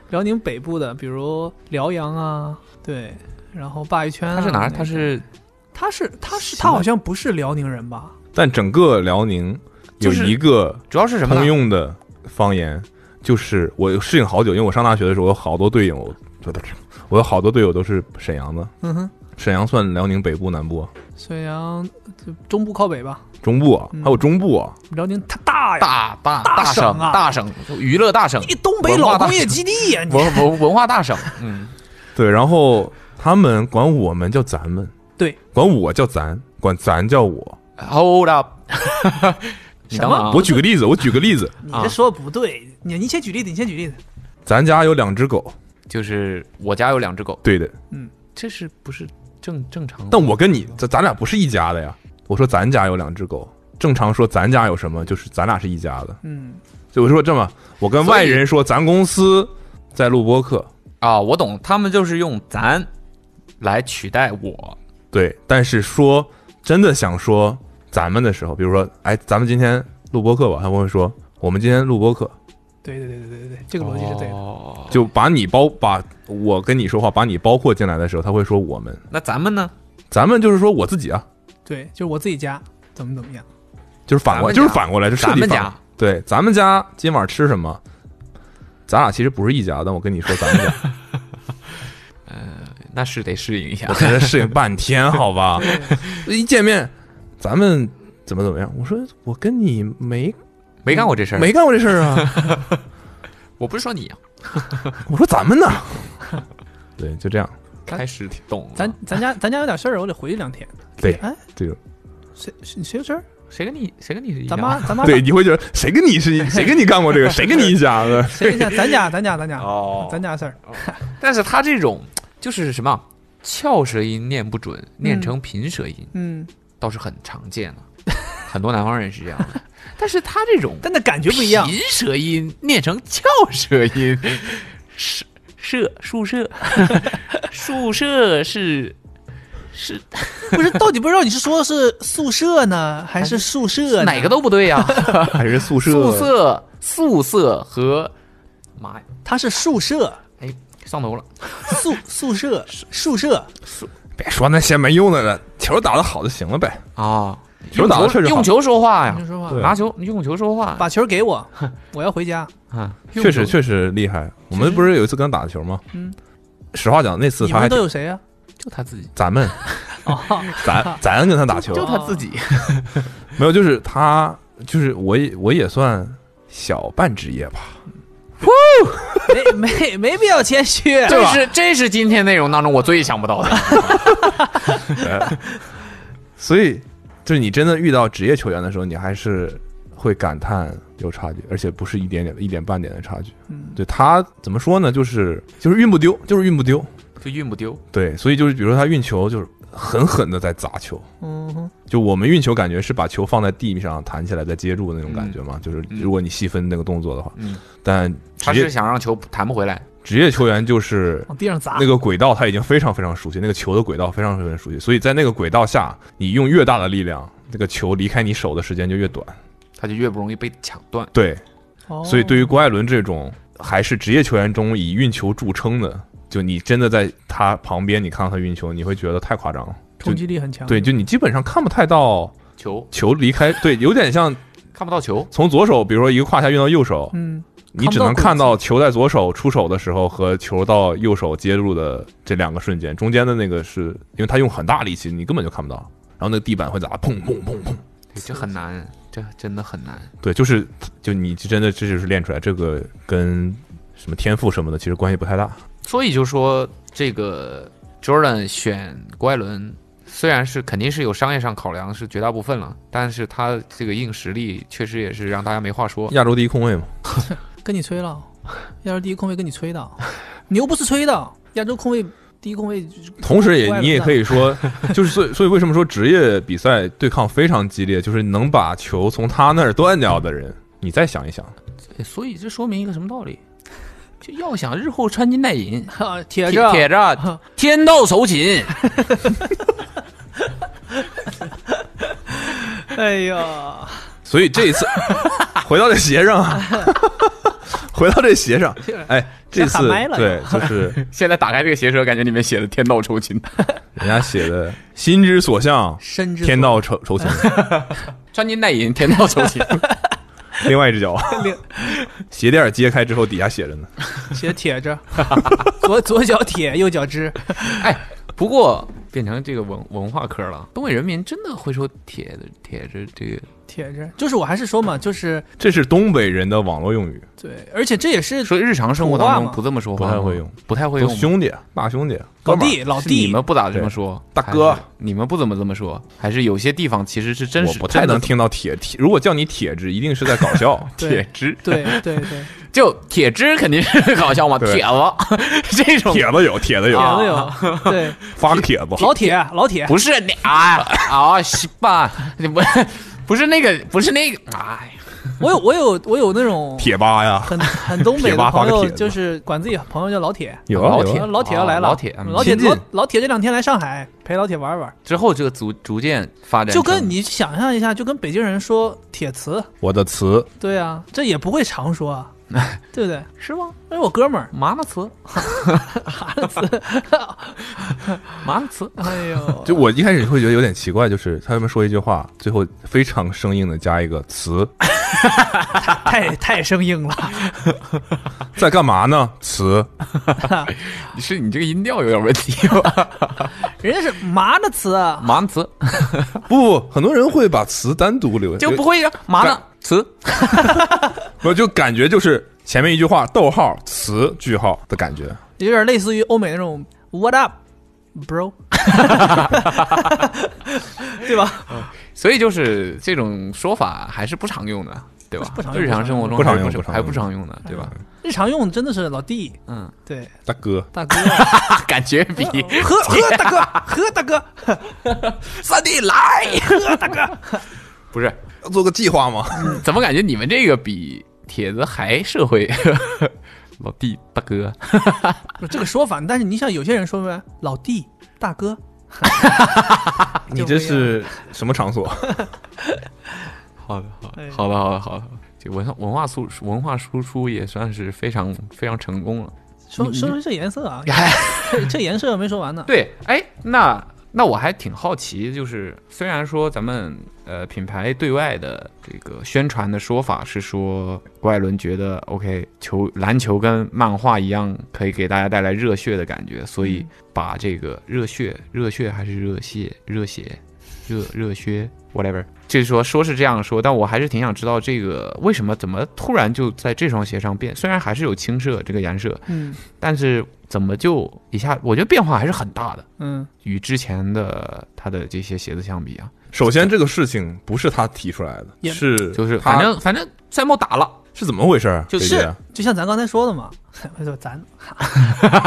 辽宁北部的，比如辽阳啊，对，然后鲅鱼圈、啊。
他是哪
那
儿？
个
他是
他是他是
行
他
吧
好像不是辽宁人吧？
但整个辽宁有
就是
一个
主要是什么呢
通？用的方言，就是我适应好久，因为我上大学的时候，我有好多队友，我我有好多队友都是沈阳的，
嗯哼，
沈阳算辽宁北部、南部、
沈阳就中部靠北吧，
中部啊，
嗯
还有中部啊，
辽宁它大呀，
大大
大
省
省啊
大省娱乐大省
你东北老工业基地呀、你
文文文化大省，嗯，
对，然后他们管我们叫咱们，
对，
管我叫咱，管咱叫我。
Hold up！你等等啊
什
我举个例子，我举个例子，
你
啊
这说的不对，你你先举例子，你先举例子，
咱家有两只狗，
就是我家有两只狗，
对的，
这是不是正正常？
但我跟你咱咱俩不是一家的呀。我说咱家有两只狗，正常说咱家有什么，就是咱俩是一家的。
嗯，
所以我说这么，我跟
所以
外人说咱公司在录播客，
啊，我懂，他们就是用咱来取代我，
对，但是说真的想说咱们的时候，比如说，哎，咱们今天录播客吧，他们会说我们今天录播客，
对对对对对对对，这个逻辑是对的。
哦，
就把你包把我跟你说话，把你包括进来的时候，他会说我们，
那咱们呢？
咱们就是说我自己啊，
对，就是我自己家，怎么怎 么样。
就是反过来，
咱
就
们家
是反过来，就彻
咱
底
们
反
家
对，咱们家今晚吃什么？咱俩其实不是一家，但我跟你说，咱们家
那是得适应一下
我。跟他适应半天，好吧？一见面，咱们怎么怎么样？我说我跟你没
没干过这事儿，
没干过这事儿 啊！
我不是说你啊，
我说咱们呢？ 对，就这样。
咱
开始懂了。
咱咱家咱家有点事儿，我得回去两天。
对
哎，
这个
谁谁谁有事儿？
谁跟你谁跟你是一
咱
样
妈
啊
咱妈
对，你会觉得谁跟你是谁跟你干过这个？谁跟你一家子？
谁家咱家咱家咱家
哦
咱家事儿，
但是他这种就是什么翘舌音念不准，念成平舌音、
嗯，
倒是很常见的，很多南方人是这样的。 但是他这种
但那感觉不一样
平。舌音念成翘舌 音，舍舍宿 舍宿舍是是
不是，到底不知道你是说是宿舍呢，还是宿舍呢？
哪个都不对呀、啊
还是宿舍？
宿舍宿舍和妈呀，
他是宿舍，
哎，上头了，
宿宿舍宿舍，
别说那些没用的了，球打得好就行了呗。
啊，
球
用
打得确
球
实好
用球说话呀
你，说
对
话，
拿球用球说话
把球给我，我要回家。
啊，用
确实
球
确实厉害。我们不是有一次跟他打球吗？
嗯，
实话讲，那次
你
他还
们都有谁啊呀？
就他自己，
咱们
哦，
咱咱跟他打球，
就他自己，
没有，就是他就是我也我也算小半职业吧。
没没没必要谦虚。
这是这是今天内容当中我最想不 到的，
所以就是你真的遇到职业球员的时候，你还是会感叹有差距，而且不是一点点的一点半点的差距。
嗯
对他怎么说呢？就是就是运不丢，就是运不丢。
就运不丢，
对，所以就是比如说他运球就是狠狠的在砸球，
嗯哼，
就我们运球感觉是把球放在地上弹起来再接住的那种感觉嘛，就是
嗯
如果你细分那个动作的话，
嗯，
但
他
职
是
业
想让球弹不回来，
职业球员就是
往地上砸
那。个轨道他已经非常非常熟悉，那个球的轨道非常非常熟悉，所以在那个轨道下，你用越大的力量，那个球离开你手的时间就越短。
他就越不容易被抢断。
对，
哦
所以对于郭艾伦这种还是职业球员中以运球著称的，就你真的在他旁边，你看到他运球，你会觉得太夸张了。
冲击力很强，
对，，就你基本上看不太到
球
球离开，对，有点像
看不到球，
从左手，比如说一个胯下运到右手，
嗯，
你只能看到球在左手出手的时候和球到右手接住的这两个瞬间，中间的那个是因为他用很大力气，你根本就看不到。然后那个地板会砸，砰砰砰砰。
对这很难，这真的很难。
对，就是就你真的这就是练出来，这个跟什么天赋什么的其实关系不太大。
所以就说这个 Jordan 选郭艾伦，虽然是肯定是有商业上考量，是绝大部分了，但是他这个硬实力确实也是让大家没话说。
亚洲第一空位嘛，
跟你吹了，亚洲第一空位跟你吹的，你又不是吹的，亚洲空位第一空位
同时
郭
也
艾伦
你也
在
可以说， 就是所以所以为什么说职业比赛对抗非常激烈，就是能把球从他那儿断掉的人，你再想一想，
所以这说明一个什么道理？就要想日后穿金戴银，
啊铁
铁
着
铁着 天道酬勤。
哎呀，
所以这一次 回到这鞋上啊， 回到这鞋上，哎，这
这喊
次
麦了
对，就是
现在打开这个鞋舌，感觉里面写的“天道酬勤
人家写的“心之所向，
深知
天道酬酬勤”，
穿金戴银，天道酬 勤。”，
另外一只脚
另
鞋垫儿揭开之后，底下写着呢，
写铁 着，左左脚铁，右脚支，
哎不过变成这个文文化科了，东北人民真的会说铁的铁着这个
铁着，就是我还是说嘛，就是
这是东北人的网络用语，
对，而且这也是
所以日常生活当中不这么说
不
话吗，
太会用，
不太会
都
用吗。
兄弟、大兄弟、啊哥
老
们儿。
弟老
是
弟
你们不咋这么说，
对大哥
还是，你们不怎么这么说，还是有些地方其实是真
我
是
不太
真的
能听到铁铁，如果叫你铁子，一定是在搞笑。
对
子，
对对对，
就铁枝肯定是搞笑嘛，
对
铁子 这种
铁子有，铁子有，
铁
啊
子 有，对
发个帖子。
老铁老铁，
不是你啊啊西吧，你不不是那个不是那个，哎呀，
我有我有我有那种
铁八呀，
很很东北
铁
的
巴发
朋
个
友，
帖子
就是管自己朋友叫老铁。
有啊
老
有
铁
啊
老铁要来了，
啊老铁嗯
老铁
亲近
老老铁这两天来上海陪老铁玩玩，
之后这个逐逐渐发展成，
就跟你想象一下，就跟北京人说铁磁，
我的词，
对啊，这也不会常说啊，对不对？
是吗？
那是我哥们儿，
麻辣词，
哈勒斯，
麻辣词，
哎呦，
就我一开始会觉得有点奇怪，就是他们说一句话，最后非常生硬的加一个词，
太太生硬了，
在干嘛呢？词，
你是你这个音调有点问题吧？
人家是麻的词啊，
麻辣词
不不，很多人会把词单独留，
就不会呀麻辣词，
我就感觉就是前面一句话逗号词句号的感觉，
有点类似于欧美那种 What up, bro，对吧？
所以就是这种说法还是不常用的，对吧？
不常用
日常生活中
不常用
还是
不常用
还不常用的，对吧？
日常用真的是老弟，
嗯，啊
对
大哥，
大 哥，
感觉 比
喝喝大哥，喝大哥，
三弟来，不是，
要做个计划吗？
怎么感觉你们这个比帖子还社会？ 老弟，大哥，
不是 这个说法。但是你像有些人说出来老弟、大哥，
你这是什么场所？
好的，好
哎
的，好的，好的，好的。这文化文化输文化输出也算是非常非常成功了。
说说说这颜色 啊，这颜色没说完呢。
对，哎，那那我还挺好奇，就是虽然说咱们呃品牌对外的这个宣传的说法是说，郭艾伦觉得 OK 球篮球跟漫画一样，可以给大家带来热血的感觉，所以
嗯
把这个热血、热血还是热血、热血、热热血 whatever，就是说说是这样说，但我还是挺想知道这个为什么怎么突然就在这双鞋上变，虽然还是有青色这个颜色，
嗯
但是怎么就一下，我觉得变化还是很大的。
嗯，
与之前的他的这些鞋子相比啊，
首先，这个事情不是他提出来的，
也
是
就是
他
反正反正赛末打了，
是怎么回事儿？啊
就是
北姐
就像咱刚才说的嘛， 就咱，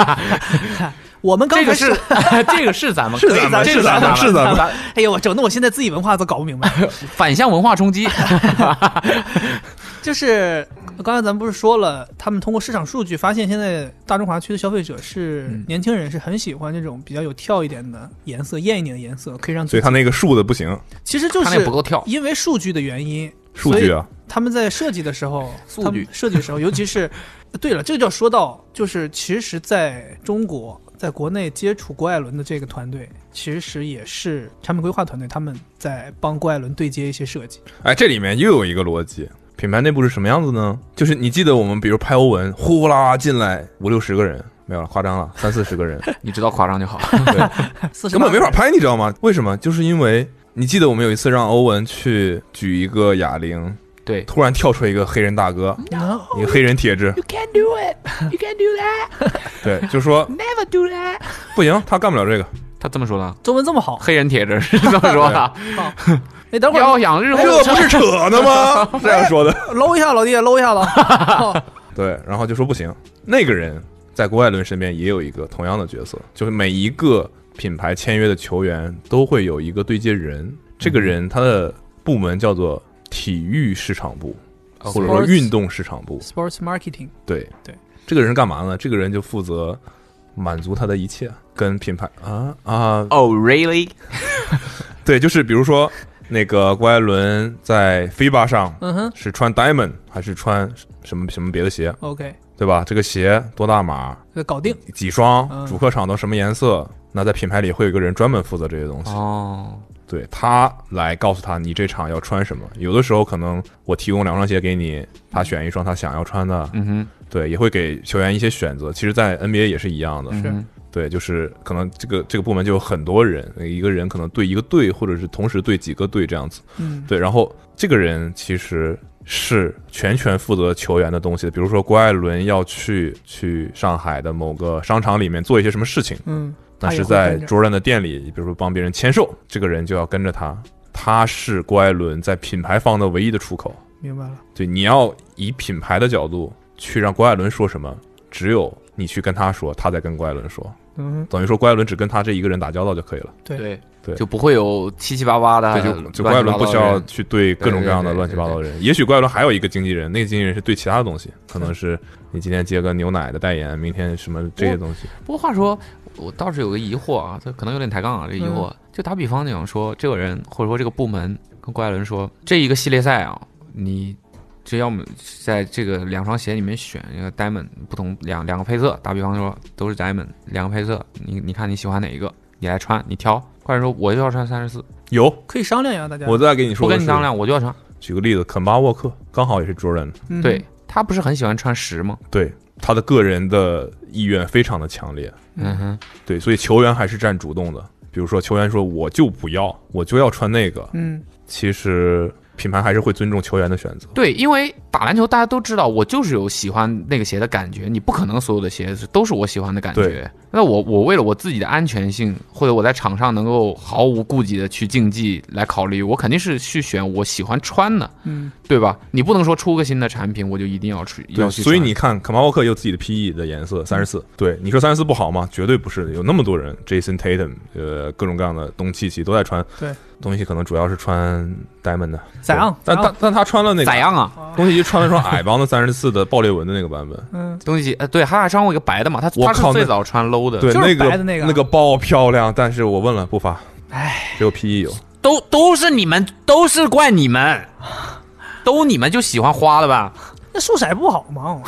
我们刚
这
才
个是 这个是咱 们
是
可以
咱们
这
是
个
咱们
们
是咱们
咱
哎呦，我整的我现在自己文化都搞不明白。
反向文化冲击，
就是刚才咱们不是说了，他们通过市场数据发现，现在大中华区的消费者是、
嗯
年轻人，是很喜欢这种比较有跳一点的颜色、艳一点的颜色，可以让
所
自
以
己
他那个竖的不行，
其实就
他那
是
不够跳，
因为数据的原因，
数据啊，
他们在设计的时候，
数
他们
据
设计的时候，尤其是对了，这个就要说到，就是其实在中国，在国内接触郭艾伦的这个团队，其实也是产品规划团队，他们在帮郭艾伦对接一些设计。
哎，这里面又有一个逻辑，品牌内部是什么样子呢？就是你记得我们比如拍欧文，呼啦进来五六十个人，没有了，夸张了， 三四十个人，
你知道夸张就好。
四十
根本 没法拍，你知道吗？为什么？就是因为你记得我们有一次让欧文去举一个哑铃，
对，
突然跳出一个黑人大哥，
No,
一个黑人铁质，
You can't do it. You can't do that.
对，就 说
Never do that.
不行，他干不了这个，
他这么说的，
中文这么好。
黑人铁子是这么说的，
哎，等会儿
要想日后
这不是扯呢 吗？这样说的，
搂一下老弟，搂一下了。
对，然后就说不行。那个人在郭艾伦身边也有一个同样的角色，就是每一个品牌签约的球员都会有一个对接人，这个人他的部门叫做体育市场部，
哦
或者说
Sports
运动市场部。
Sports marketing，
对
对，
这个人干嘛呢？这个人就负责满足他的一切，跟品牌啊啊，
哦，really？
对，就是比如说那个郭艾伦在 FIBA 上
嗯哼
是穿 Diamond 还是穿什么什么别的鞋，
，OK，
对吧？这个鞋多大码？
搞定。
几
嗯
双，主客场都什么颜色？那在品牌里会有一个人专门负责这些东西，
哦，
对他来告诉他你这场要穿什么。有的时候可能我提供两双鞋给你，他选一双他想要穿的，
嗯哼，
对，也会给球员一些选择。其实，在 NBA 也是一样的，
嗯哼
对，就是可能这个这个部门就有很多人，一个人可能对一个队，或者是同时对几个队这样子。
嗯，
对，然后这个人其实是全权负责球员的东西的，比如说郭艾伦要去去上海的某个商场里面做一些什么事情。
嗯，
那是在 Jordan 的店里，比如说帮别人签售，这个人就要跟着他。他是郭艾伦在品牌方的唯一的出口。
明白了。
对，你要以品牌的角度去让郭艾伦说什么，只有你去跟他说，他在跟郭艾伦说，
嗯，
等于说郭艾伦只跟他这一个人打交道就可以了。
对
对
对
就不会有七七八八的
对，
乱七八糟的
就
人，
就郭艾伦不需要去对各种各样的
对对对
乱七八糟的人。也许郭艾伦还有一个经纪人，那个经纪人是对其他的东西，可能是你今天接个牛奶的代言，明天什么这些东西。
不过话说，我倒是有个疑惑啊，这可能有点抬杠啊，这疑惑。就打比方讲说，这个人或者说这个部门跟郭艾伦说，这一个系列赛啊，你这要么在这个两双鞋里面选一个 diamond 不同两两个配色，打比方说都是 diamond 两个配色，你你看你喜欢哪一个，你来穿，你挑，或者说我就要穿三十四，
有，
可以商量呀，大家。
我再给你说
不
的
跟
是，
你商量我就要穿。
举个例子，肯巴沃克刚好也是 Jordan，
嗯
对，他不是很喜欢穿十吗？
对他的个人的意愿非常的强烈，
嗯哼，
对，所以球员还是占主动的。比如说球员说我就不要，我就要穿那个，
嗯，
其实品牌还是会尊重球员的选择。
对，因为打篮球大家都知道，我就是有喜欢那个鞋的感觉，你不可能所有的鞋是都是我喜欢的感觉
对。
那我我为了我自己的安全性，或者我在场上能够毫无顾忌的去竞技来考虑，我肯定是去选我喜欢穿的，
嗯
对吧？你不能说出个新的产品我就一定要去要
对，
去穿。
所以你看，肯巴沃克也有自己的 PE 的颜色三十四。对，你说三十四不好吗？绝对不是的，有那么多人，Jason Tatum，呃，各种各样的东契奇都在穿。
对，
东契奇可能主要是穿 Diamond 的。
咋样
对但
咋
但
样
但他穿了那
咋
个，
样啊？
东契奇穿了双矮帮的三十四的爆裂纹的那个版本，
嗯，
东西呃，对，他还穿过一个白的嘛，他
我
他是
靠那
最早穿 low 的，
对，
就是
那
白的那
个
个
那个爆漂亮，但是我问了不发，唉，只有 PE 有。
都都是你们，都是怪你们，都你们就喜欢花了吧？
那瘦色不好嘛？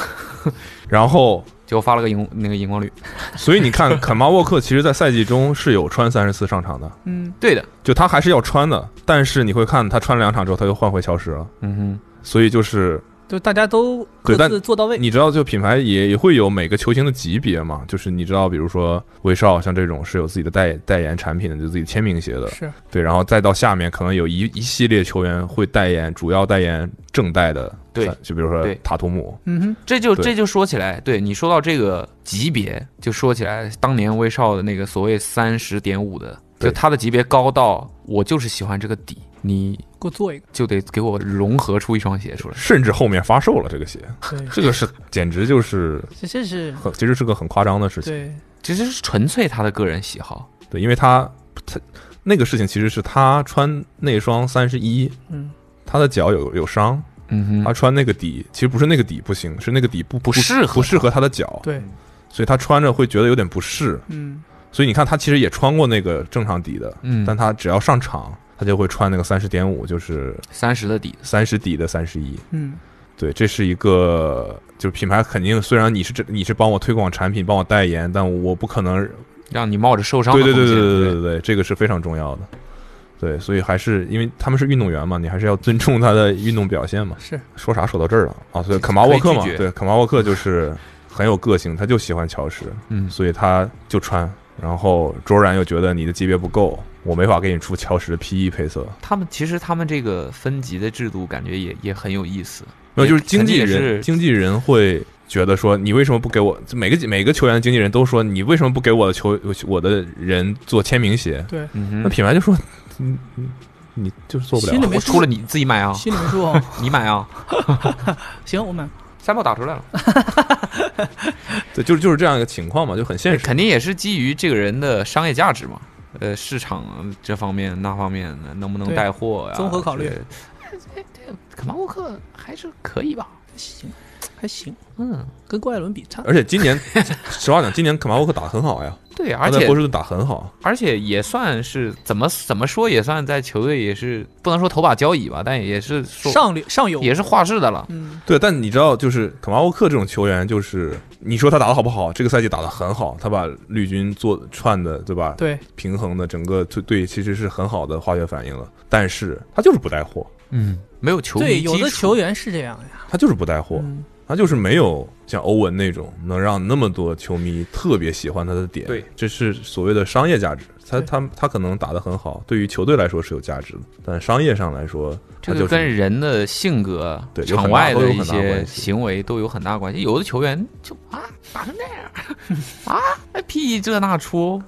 然后，
结果发了个荧那个荧光绿，
所以你看， 肯巴沃克其实，在赛季中是有穿三十四上场的，
嗯，
对的，
就他还是要穿的，但是你会看他穿了两场之后，他又换回乔什了，
嗯哼。
所以就是
就大家都
对
各
但
自做到位。
你知道，就品牌也也会有每个球星的级别嘛，就是你知道，比如说威少像这种是有自己的代代言产品的，就自己签名鞋的，
是，
对，然后再到下面可能有一一系列球员会代言，主要代言正代的，
对，
就比如说
对
塔图姆，
嗯哼，
这就
对
这就说起来，对你说到这个级别，就说起来当年威少的那个所谓三十点五的，就
对
他的级别高到我就是喜欢这个底，你
给我做 一个。
就得给我融合出一双鞋出来。
甚至后面发售了这个鞋，
对，
这个是简直就是
这这是
很，其实是个很夸张的事情，
对，
其实是纯粹他的个人喜好，
对，因为他他那个事情其实是他穿那双三十一，
嗯，
他的脚有有伤，
嗯
他
哼，
穿那个底，其实不是那个底不行，是那个底不不
适合
不适合他的脚，
对，
所以他穿着会觉得有点不适。
嗯，
所以你看，他其实也穿过那个正常底的，
嗯
但，他只要上场，他就会穿那个三十点五，就是
三十的底，
三十底的三十一。
嗯，
对，这是一个就是品牌肯定，虽然你是这你是帮我推广产品，帮我代言，但我不可能。
让你冒着受伤
对
的
对对
风险。
对对对
对
对对，这个是非常重要的。对，所以还是因为他们是运动员嘛，你还是要尊重他的运动表现嘛。
是，
说啥说到这儿了啊？对，肯巴沃克嘛
可以，拒绝
对，肯巴沃克就是很有个性，他就喜欢乔什，
嗯，
所以他就穿。然后卓然又觉得你的级别不够，我没法给你出乔什的 PE 配色。
他们其实他们这个分级的制度，感觉也也很有意思。
没有，就是
也
经纪
肯定也
人，
是
经纪人会觉得说，你为什么不给我？每个每个球员的经纪人都说，你为什么不给我的球我的人做签名鞋？
嗯
那
哼，
品牌就说，你你你就是做不
心里
了。
没
我
数
出了你自己买啊，
心里没数哦。
你买啊，
行，我买。
三炮打出来了。
对，就是就是这样一个情况嘛，就很现实。
肯定也是基于这个人的商业价值嘛，呃，市场这方面那方面的能不能
对
带货呀、
综合考虑
之类的。哎肯巴沃克还是可以吧？
行，还行，
嗯，
跟郭艾伦比差。
而且今年，实话讲，今年肯巴沃克打得很好呀，
对，
他
而
在
且
波士顿打得很好。
而且也算是怎么怎么说也算在球队也是不能说头把交椅吧，但也是说
上流上游，
也是画室的了。
嗯，
对，但你知道，就是肯巴沃克这种球员，就是你说他打得好不好？这个赛季打得很好，他把绿军做串的，对吧？
对，
平衡的整个队队其实是很好的化学反应了，但是他就是不带货，
嗯，没有球迷
对，有
基
的
础
球员是这样呀。
他就是不带货，
嗯，
他就是没有像欧文那种能让那么多球迷特别喜欢他的点。
对，
这是所谓的商业价值。他
对
他他可能打得很好，对于球队来说是有价值的，但商业上来说，他
这
就
个
是
跟人的性格、
对有
场
很大
外
都有
的
很
一
大关
些
系
行为都有很大关系。有的球员就啊打成那样 啊，还屁这那出，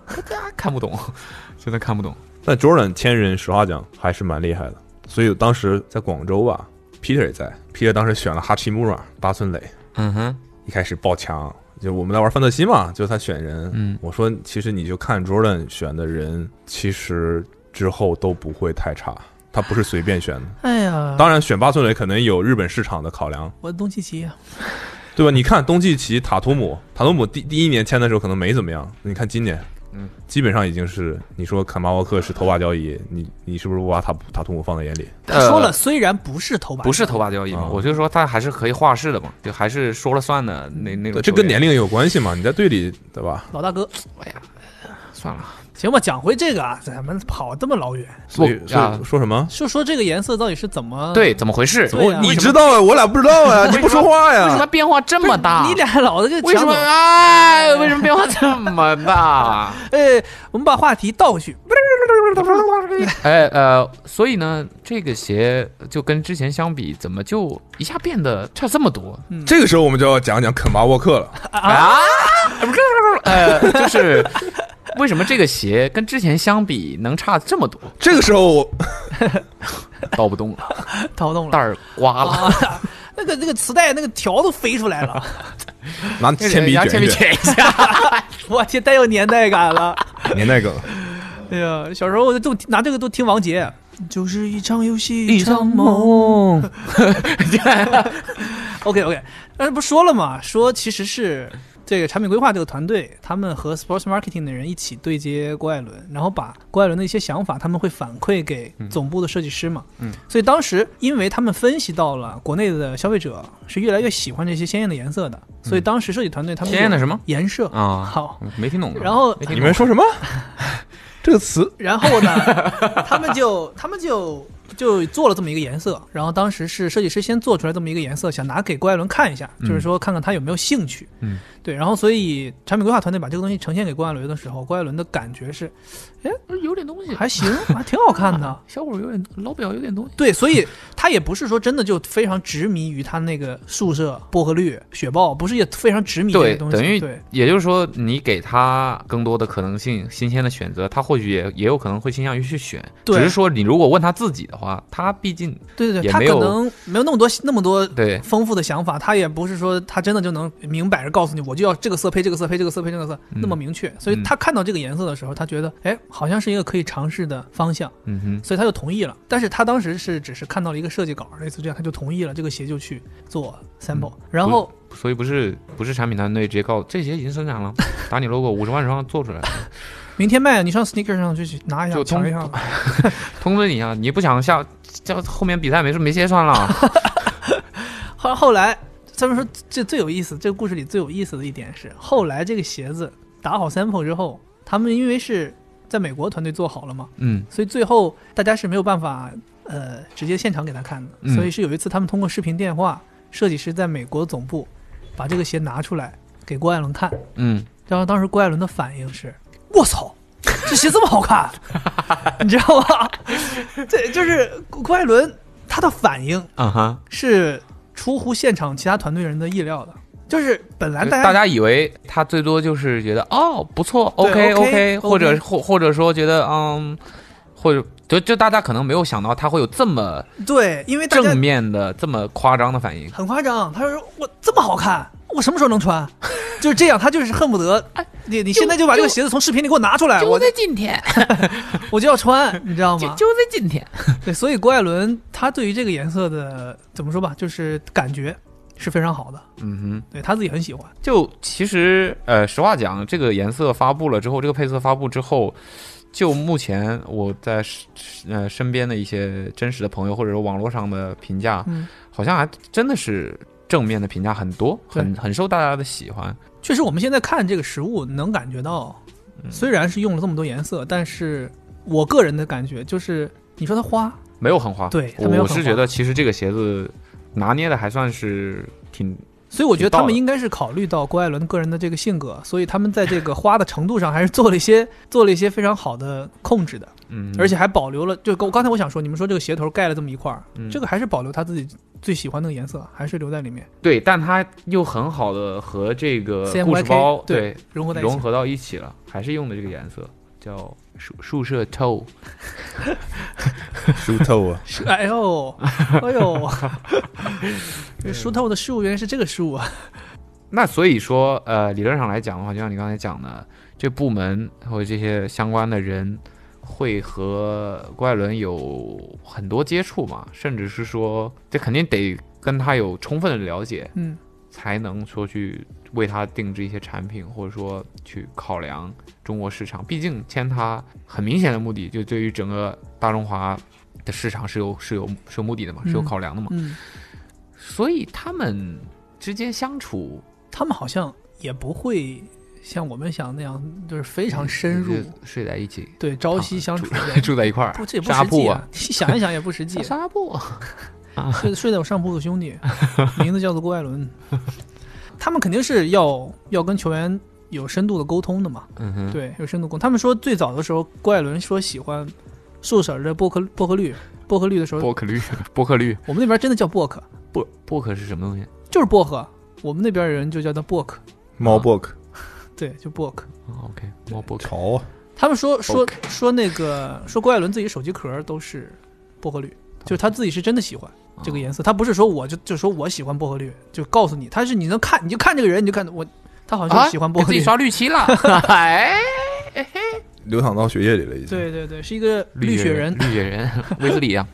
看不懂， 真的看不懂。
但 Jordan 签人，实话讲还是蛮厉害的。所以当时在广州吧，Peter 也在，Peter 当时选了哈奇穆拉、八村垒，
嗯哼，
一开始爆强，就我们在玩范特西嘛，就他选人，
嗯
我说其实你就看 Jordan 选的人，其实之后都不会太差，他不是随便选的。
哎呀，
当然，选八村垒可能有日本市场的考量，
我东契奇呀，啊
对吧？你看东契奇、塔图姆，塔图姆第第一年签的时候可能没怎么样，你看今年
嗯，
基本上已经是你说坎巴沃克是头把交椅，你你是不是不把塔塔图姆放在眼里？
他说了，虽然不是头把，
呃不是头，发交易嘛，
啊
我就说他还是可以画室的嘛，就还是说了算的那那种球员。
这跟年龄有关系嘛？你在队里对吧？
老大哥，
算了，
行吧，讲回这个啊，咱们跑这么老远，
所以
不啊
说说什么？
就说这个颜色到底是怎么
对，怎么回事？
对啊
你知道啊，我俩不知道啊，你不说话
为什
呀
么？变化这
不是
么大？
你俩老的就
为什
抢
么
走
哎？为什么变化这么大？
呃，我们把话题倒回去，
哎呃，所以呢，这个鞋就跟之前相比，怎么就一下变得差这么多
这个时候我们就要讲讲肯巴沃克了。
嗯啊？呃，就是为什么这个鞋跟之前相比能差这么多？
这个时候我
倒不动了，
掏动
袋
了。
儿刮了，
啊，那个那个磁带那个条都飞出来了，
拿铅笔
拿
卷
铅笔
一卷，
卷一下。
我天，太有年代感了。
年代梗。
哎呀，小时候我就拿这个都听王杰，就是一场游戏
一场梦。
OK OK，但是不说了嘛，说其实是这个产品规划这个团队，他们和 Sports Marketing 的人一起对接郭艾伦，然后把郭艾伦的一些想法，他们会反馈给总部的设计师嘛。
嗯，
所以当时因为他们分析到了国内的消费者是越来越喜欢这些鲜艳的颜色的，所以当时设计团队他们
嗯鲜艳的什么
颜色
啊
好，
没听懂啊。
然后
没听懂
你们说什么？这个 词
然后呢， 他们就他们就就做了这么一个颜色，然后当时是设计师先做出来这么一个颜色，想拿给郭艾伦看一下，就是说看看他有没有兴趣。
嗯，
对，然后所以产品规划团队把这个东西呈现给郭艾伦的时候，郭艾伦的感觉是
有点东西，
还 行，还挺好看的。
小伙有点老表有点东西。
对，所以他也不是说真的就非常执迷于他那个宿舍薄荷绿雪豹，不是也非常执迷这
对
个东西。
等于
对
也就是说，你给他更多的可能性、新鲜的选择，他或许也也有可能会倾向于去选。
对
只是说你如果问他自己的话，他毕竟
对对
也
对，他
没
可
有
能没有那么多那么多
对
丰富的想法，他也不是说他真的就能明摆着告诉你，我就要这个色配这个色配这个色配这个色
嗯
那么明确。所以他看到这个颜色的时候，他觉得哎，好像是一个可以尝试的方向，
嗯哼，
所以他就同意了。但是他当时是只是看到了一个设计稿，类似这样，他就同意了，这个鞋就去做 sample。然
嗯
后
所以不是不是产品团队直接告这鞋已经生产 了，打你 logo 五十万双做出来，
明天卖，你上 sneaker 上去去拿一下
就通
尝一下吧。
通知你啊！你不想下，叫后面比赛没事没鞋穿 了。
后后来他们说这最有意思，这个故事里最有意思的一点是，后来这个鞋子打好 sample 之后，他们因为是在美国团队做好了嘛，
嗯
所以最后大家是没有办法呃直接现场给他看的，
嗯
所以是有一次他们通过视频电话，设计师在美国总部把这个鞋拿出来给郭艾伦看，
嗯，
然后当时郭艾伦的反应是：我 操！这鞋这么好看，你知道吗？ 这就是郭艾伦他的反应
啊哈，
是出乎现场其他团队人的意料的，就是本来
就
啊大
呃大家以为他最多就是觉得哦不错
对
，OK
OK，
或者或或者说觉得嗯，或者就就大家可能没有想到他会有这么
对，因为大家
正面的这么夸张的反应。
很夸张，他说我这么好看，我什么时候能穿？ 就是这样，他就是恨不得你你现在就把这个鞋子从视频里给我拿出
哎
来，哎我
今天，
我就要 穿，你知
哦
道吗？
在今天，
对，所以郭艾伦他对于这个颜色的怎么说吧，就是感觉是非常好的，
嗯哼。
对他自己很喜欢。
就其实，呃，实话讲，这个颜色发布了之后，这个配色发布之后，就目前我在呃身边的一些真实的朋友，或者说网络上的评价，
嗯，
好像还真的是正面的评价很多，
对
很很受大家的喜欢。
确实我们现在看这个实物能感觉到，虽然是用了这么多颜色，但是我个人的感觉就是，你说它花，
没有很花，
对它没有
我
很
是
花
觉得其实这个鞋子拿捏的还算是挺
所以我觉得他
挺到
们
的
应该是考虑到郭艾伦个人的这个性格，所以他们在这个花的程度上还是做了一些 做了一些非常好的控制的，
嗯，
而且还保留了。就我刚才我想说，你们说这个鞋头盖了这么一块儿，
嗯
这个还是保留他自己最喜欢那个颜色，还是留在里面
对，但它又很好的和这个呃故事
CMYK
包
对融合在一起
融。合到一起了，还是用的这个颜色。叫宿宿舍 toe，
熟透啊！
是 哎呦，哎 呦，这熟透的事物原来是这个事物啊！
那所以说，呃，理论上来讲的话，就像你刚才讲的，这部门或者这些相关的人会和郭艾伦有很多接触嘛，甚至是说，这肯定得跟他有充分的了解，
嗯，
才能说去为它定制一些产品，或者说去考量中国市场。毕竟签它很明显的目的，就对于整个大中华的市场是有是有是有目的的嘛，是有
嗯
考量的嘛。
嗯，
所以他们之间相处
他们好像也不会像我们想那样，就是非常深入，
就嗯睡在一起，
对朝夕相处
住
的
住在一块儿
不，，这也不
纱
实际
布
啊！你想一想也不实际啊
啊，。纱布。
睡睡在我上铺的兄弟，名字叫做郭艾伦。 他们肯定是要要跟球员有深度的沟通的嘛，
嗯哼，
对，有深度沟通。他们说最早的时候，郭艾伦说喜欢瘦婶儿的薄荷薄荷绿，薄荷绿的时候，
薄荷绿，薄荷 绿，
我们那边真的叫薄荷，
薄薄荷是什么东西？
就是薄荷，我们那边人就叫它薄荷，
猫 book
对，就薄荷。
啊 OK，猫薄荷。
潮啊，
他们说说
OK
说那个说郭艾伦自己手机壳都是薄荷绿，就是他自己是真的喜欢这个颜色，他不是说我就就说我喜欢薄荷绿，就告诉你，他是你能看你就看这个人你就看我，他好像
啊，
是喜欢薄
给
荷
自己
绿，
刷绿漆 了，哎，
流淌到血液里了，已经。，
对对对，是一个绿雪人，
绿雪人，威斯利啊，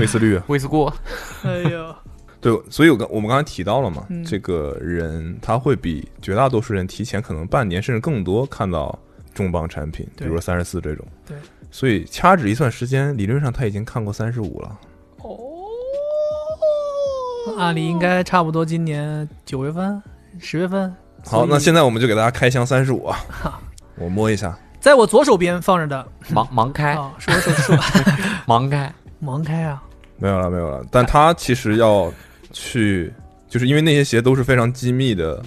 威斯 绿啊。
威斯过，
哎呦，
对，所以我刚我们刚才提到了嘛，
嗯
这个人他会比绝大多数人提前可能半年甚至更多看到重磅产品，比
对
如说三十四这种。
对，
所以掐指一算时间，理论上他已经看过三十五了。
哦
按理应该差不多今年九月份、十月份。
好，那
所以
现在我们就给大家开箱三十五啊，我摸一下，
在我左手边放着的
盲盲开，
啊，是我手 术
盲开，
盲开啊，
没有了，没有了。但他其实要去，就是因为那些鞋都是非常机密的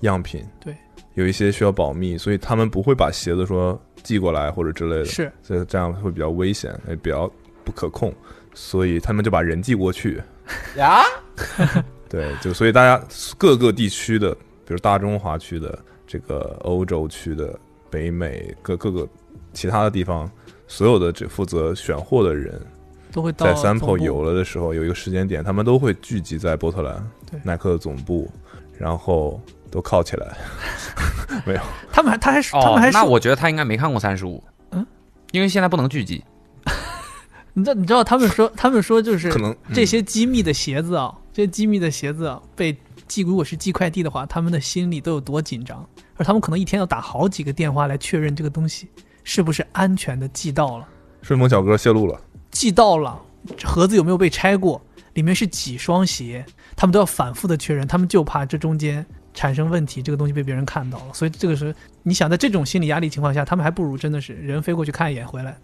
样品，
对，
有一些需要保密，所以他们不会把鞋子说寄过来或者之类的。
是
这这样会比较危险，也比较不可控，所以他们就把人寄过 去。
呀，
对，就所以大家各个地区的，比如大中华区的、这个欧洲区的、北美各各个其他的地方，所有的这负责选货的人，
都会到
在
总
sample
部
有了的时候，有一个时间点，他们都会聚集在波特兰
对
耐克的总部，然后都铐起来。
他们还他还是、他
哦
们还，是
那我觉得他应该没看过三十五，
嗯，
因为现在不能聚集，
你知道你知道他们说他们说就是
可能嗯
这些机密的鞋子啊，这些机密的鞋子啊，被寄如果是寄快递的话，他们的心里都有多紧张，而他们可能一天要打好几个电话来确认这个东西是不是安全的寄到了，
嗯顺丰小哥泄露了，
寄到了盒子有没有被拆过，里面是几双鞋，他们都要反复的确认，他们就怕这中间。产生问题，这个东西被别人看到了，所以这个时候，你想在这种心理压力情况下，他们还不如真的是人飞过去看一眼回来，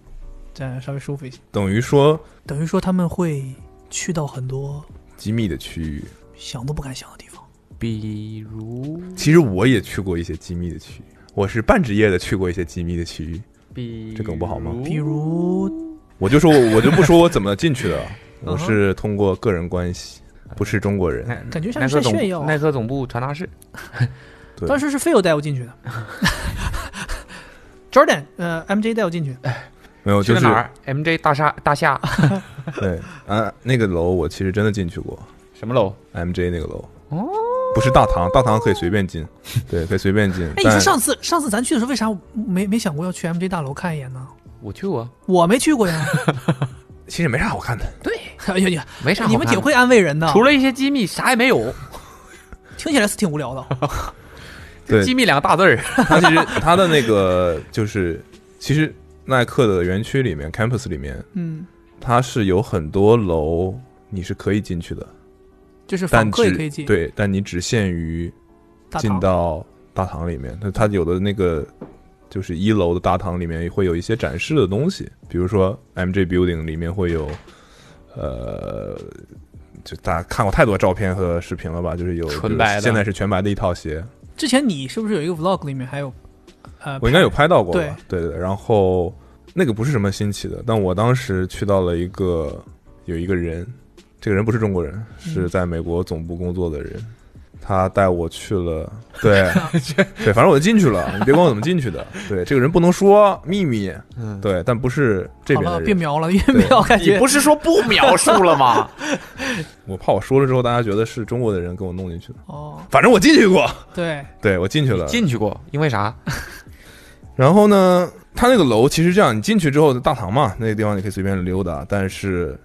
这样稍微舒服一些。
等于说
等于说他们会去到很多
机密的区域。
想都不敢想的地
哦
方。
比如，
其实我也去过一些机密的区域，我是半职业的去过一些机密的区域。
比
这梗不好吗
比如，
我就说我我就不说我怎么进去的，
哼
我是通过个人关系，不是中国人。
耐
感觉像
耐
是
克
在炫耀
总
啊
耐克总部传达室，
对
当时是 Phil 带我进去的，Jordan，呃，MJ 带我进去，
哎没有，
去
就
了
是
哪儿？MJ 大厦大厦
对啊，那个楼我其实真的进去过
什么楼？
，MJ 那个楼，不是大堂，大堂可以随便进，对，可以随便进。
哎，你说
但
上次上次咱去的时候，为啥没没想过要去 MJ 大楼看一眼呢？
我去过，
我没去 过呀，
其实没啥好看的，
哎呀呀，
没啥好
你
看的。
们挺会安慰人的，
除了一些机密，啥也没有。
听起来是挺无 聊的。
对，
机密两个大字儿，
它其实它的那个就是，其实耐克的园区里面，campus 里面，
嗯，
它是有很多楼你是可以进去的，
就是访
但
客也
只
可以进，
对，但你只限于
大
进
堂，
到大堂里面，那它有的那个就是一楼的大堂里面会有一些展示的东西，比如说 MJ Building 里面会有，呃，就大家看过太多照片和视频了吧？就是有
纯白
比
的
如现在是全白的一套鞋，
之前你是不是有一个 Vlog 里面还有，呃，
我应该有拍到过
对
吧？对对对，然后那个不是什么新奇的，但我当时去到了一个有一个人，这个人不是中国人，是在美国总部工作的人。他带我去了，对，对，反正 我就进去了。你别管我怎么进去的，对，这个人不能说秘密，
嗯，
对，但不是这
好
边
了，
的
别
人。
瞄了，越
对
瞄感觉
你不是说不描述了 吗？
我怕我说了之后，大家觉得是中国的人给我弄进去的。
哦，
反正我进去过，
对，
对我进去了，
进去过，因为啥？
然后呢，它那个楼其实这样，你进去之后的大堂嘛，那个地方你可以随便溜达，但是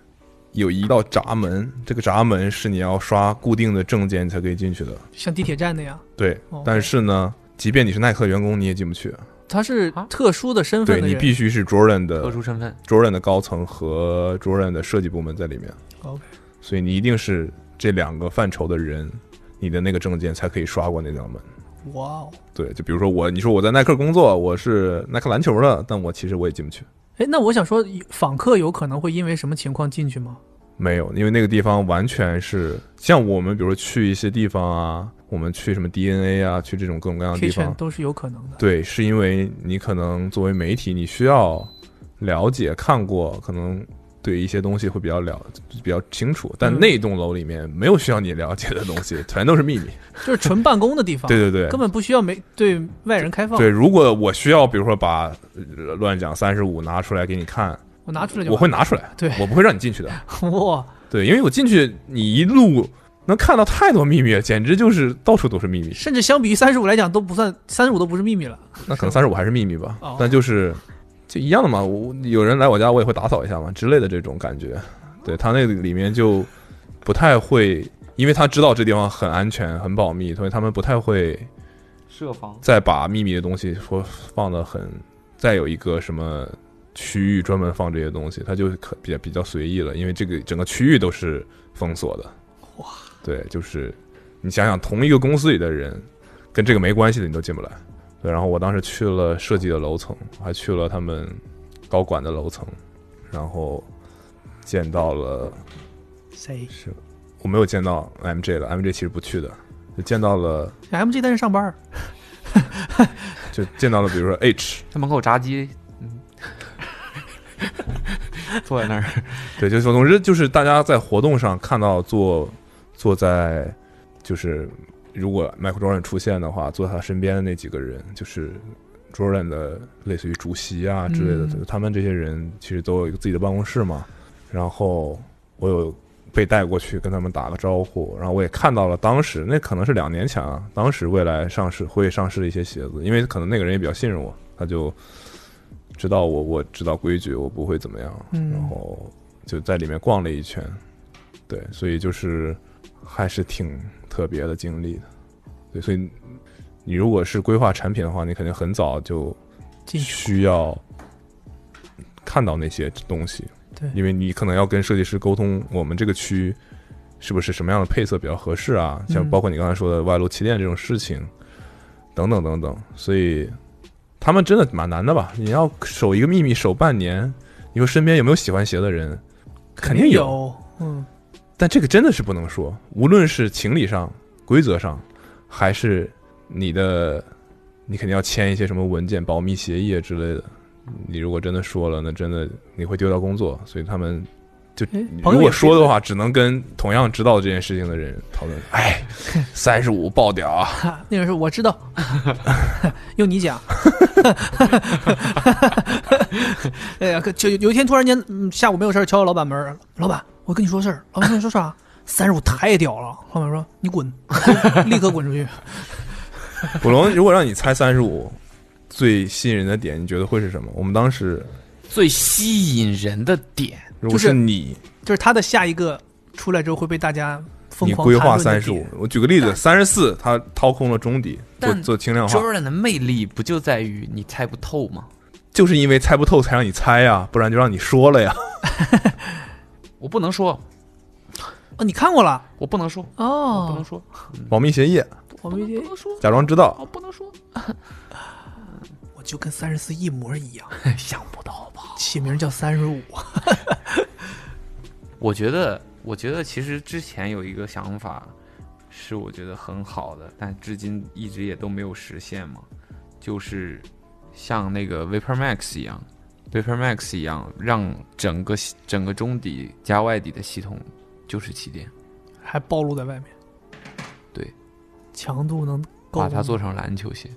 有一道闸门，这个闸门是你要刷固定的证件你才可以进去的。
像地铁站那样，
对
哦，
但是呢，即便你是耐克员工，你也进不去。
他是
啊
特殊的 身份
对
的
你
人。
必须是 Jordan
特
的
殊身份
Jordan 的高层和 Jordan 的设计部门在里面。
OK
所以你一定是这两个范畴的人，你的那个证件才可以刷过那道门。
哇哦，
对，就比如说我，你说我在耐克工作，我是耐克篮球的，但我其实我也进不去。
哎，那我想说，访客有可能会因为什么情况进去吗？
没有，因为那个地方完全是像我们，比如说去一些地方啊，我们去什么 DNA 啊，去这种各种各样的
K
地
圈
方，
都是有可能的。
对，是因为你可能作为媒体，你需要了解、看过，可能对一些东西会比较了比较清楚。但
嗯
那栋楼里面没有需要你了解的东西，全都是 秘密。
就是纯办公的地 方，
对对对
根，本不需要没对外人开放。
对。如果我需要，比如说把呃乱讲三十五拿出来给你看，
我拿出来就
我会拿出来，
对
我不会让你进去的。
会哇，
对，因为我进去，你一路能看到太多秘密了，简直就是到处都是秘密。
甚至相比于三十五来讲都不算，三十五都不是秘密了。
那可能三十五还是秘密吧
哦，
但就是就一样的嘛。我有人来我家，我也会打扫一下嘛之类的这种感觉。对他那里面就不太会，因为他知道这地方很安全、很保密，所以他们不太会
设防，
再把秘密的东西说放的很，再有一个什么区域专门放这些东西，它就可比较比较随意了，因为这个整个区域都是封锁的。
哇，
对，就是你想想，同一个公司里的人，跟这个没关系的你都进不来。对，然后我当时去了设计的楼层，还去了他们高管的楼层，然后见到了
谁
是我没有见到 MJ 了，MJ 其实不去的，就见到了
？MG 在那上班儿，
就见到了，比如说 H。
在门口炸鸡，嗯， 坐在那儿，
对，就是总之就是大家在活动上看到坐坐在就是如果 Michael Jordan 出现的话，坐在他身边的那几个人，就是 Jordan 的类似于主席啊之类的，
嗯
他们这些人其实都有一个自己的办公室嘛。然后我有被带过去跟他们打个招呼，然后我也看到了当时那可能是两年前啊，当时未来上市会上市的一些鞋子，因为可能那个人也比较信任我，他就知道我我知道规矩，我不会怎么样，
嗯
然后就在里面逛了一圈，对，所以就是还是挺特别的经历的，对，所以你如果是规划产品的话，你肯定很早就
进去
需要看到那些东西，
对
因为你可能要跟设计师沟通，我们这个区是不是什么样的配色比较合适啊？像
嗯
包括你刚才说的外露气垫这种事情，等等等等，所以他们真的蛮难的吧？你要守一个秘密守半年，你说身边有没有喜欢鞋的人？肯定有，
有，嗯，
但这个真的是不能说，无论是情理上、规则上，还是你的，你肯定要签一些什么文件、保密协议啊之类的。你如果真的说了，那真的你会丢掉工作。所以他们
哎，朋
如
友也
果
是
说的话，只能跟同样知道这件事情的人讨论。哎，三十五爆屌啊！
哈，那个人说我知道， 用你讲。 哎呀，可就有一天突然间、嗯下午没有事儿敲老板门儿，老板，我跟你说事儿。老板说你说啥？三十五太屌了。老板说你滚，立刻滚出去。
古龙，如果让你猜三十五最吸引人的点，你觉得会是什么？我们当时
最吸引人的点，
如果
就是
是你，
就是他的下一个出来之后会被大家疯
你
狂
规
谈
划
论的
三十五
点，
我举个例子，三十四他掏空了中底，做
但
做轻量化。
Jordan 的魅力不就在于你猜不透吗？
就是因为猜不透才让你猜呀，不然就让你说了呀。
我不能说，
哦，你看过了
我不能说，我不能
哦，
说，
保密协议，
我们
不能说，
假装知道。
我不能说，
我就跟三十四一模一样，
想不到吧？
起名叫三十五。啊
我觉得，我觉得其实之前有一个想法，是我觉得很好的，但至今一直也都没有实现嘛，就是像那个 Vapor Max 一样，Vapor Max 一样，让整个系整个中底加外底的系统就是气垫，
还暴露在外面。
对，
强度能够
把它做成篮球鞋。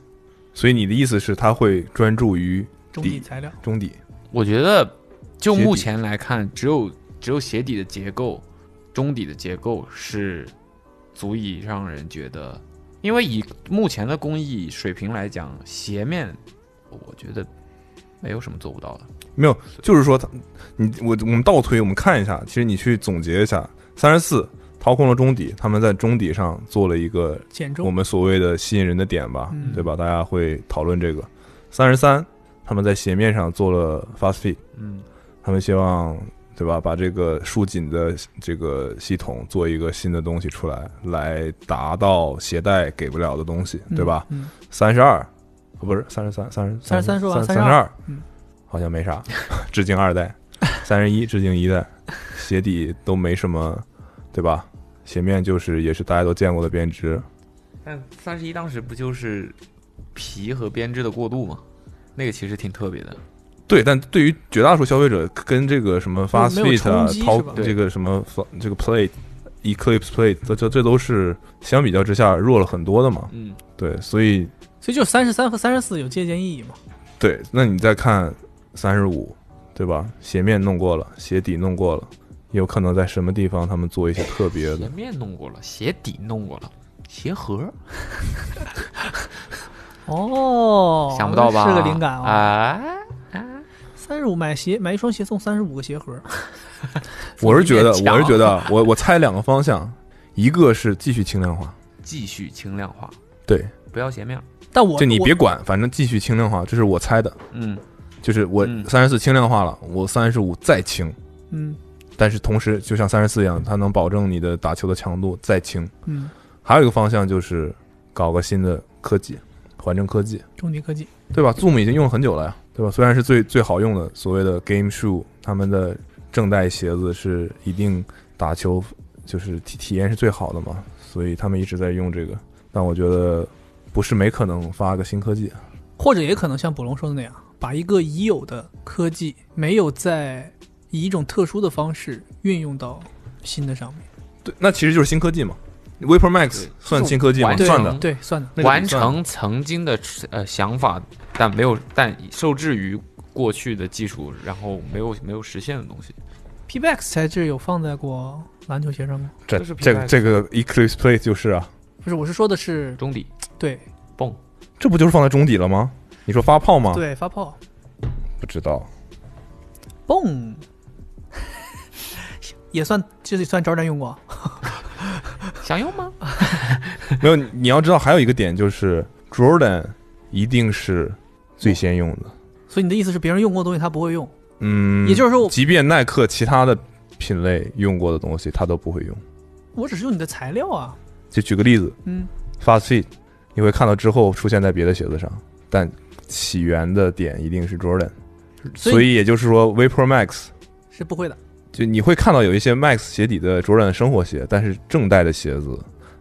所以你的意思是他会专注于
中底材料，
中底？
我觉得，就
鞋底
目前来看，只有只有鞋底的结构、中底的结构是足以让人觉得，因为以目前的工艺水平来讲，鞋面我觉得没有什么做不到的。
没有，就是说它，你我我们倒推，我们看一下，其实你去总结一下，三十四掏空了中底，他们在中底上做了一个
减
我
重，
们所谓的吸引人的点吧，
嗯
对吧？大家会讨论这个。三十三，他们在鞋面上做了 fast fit，
嗯
他们希望对吧，把这个束紧的这个系统做一个新的东西出来，来达到鞋带给不了的东西，对吧？
嗯？
三十二，哦不是三十三，三十
33是吧
三十
32
二
嗯，
好像没啥， 致敬二代，三十一致敬一代，鞋底都没什么，对吧？鞋面就是也是大家都见过的编织，
但三十一当时不就是皮和编织的过渡吗？那个其实挺特别的。
对，但对于绝大多数消费者，跟这个什么
没有
Fastfit 啊
冲击、是
淘
吧
这个什么 Fa- 这个 Plate、Eclipse Plate，这这这都是相比较之下弱了很多的嘛。
嗯，
对，所以
嗯所以就三十三和三十四有借鉴意义嘛？
对，那你再看三十五，对吧？鞋面弄过了，鞋底弄过了，有可能在什么地方他们做一些特别
鞋
的？
面弄过了，鞋底弄过了，鞋盒、
哦，
想不到吧？
是个灵感哦。
哎，
三十五买鞋买一双鞋送三十五个鞋盒，
我是觉得，
面
我是
墙
觉得啊，我我猜两个方向，一个是继续轻量化，
继续轻量化，
对，
不要鞋面儿。
但我
这你
我
别管，反正继续轻量化，这是我猜的，
嗯，
就是我
嗯
三十四轻量化了，我三十五再轻。
嗯
但是同时就像三十四一样，它能保证你的打球的强度再轻。
嗯，
还有一个方向就是搞个新的科技，环境科技，
中极科技
对吧？Zoom 已经用了很久了呀，对吧？虽然是最最好用的所谓的 Game Shoe，他们的正代鞋子是一定打球就是体体验是最好的嘛，所以他们一直在用这个。但我觉得不是没可能发个新科技，
或者也可能像捕龙说的那样，把一个已有的科技没有在以一种特殊的方式运用到新的上面。
对，那其实就是新科技嘛。Vapor Max
对
算新科技吗？
这
对
种
算的，
对，算的。
那个
完
不算
成曾经的呃想法，但没有，但受制于过去的技术，然后没有没有实现的东西。
P b a x 材质有放在过篮球鞋上吗？
这
就是
这个
P-Max
这个 Eclipse Plate 就是啊，
不是，我是说的是
中底
对
这不就是放在中底了吗？你说发泡
哦
吗？
对发泡
不知道，
蹦， 也算这也算招战用过。啊
想用吗？
没有。你你要知道，还有一个点就是 Jordan 一定是最先用的。
所以你的意思是别人用过的东西他不会用，
嗯，
也就是说我
即便耐克其他的品类用过的东西，他都不会用。
我只是用你的材料啊。
就举个例子
嗯，
，Fast Fit，你会看到之后出现在别的鞋子上，但起源的点一定是 Jordan。
所以
所以也就是说，Vapor Max
是不会的。
就你会看到有一些 Max 鞋底的 Jordan 生活鞋，但是正代的鞋子，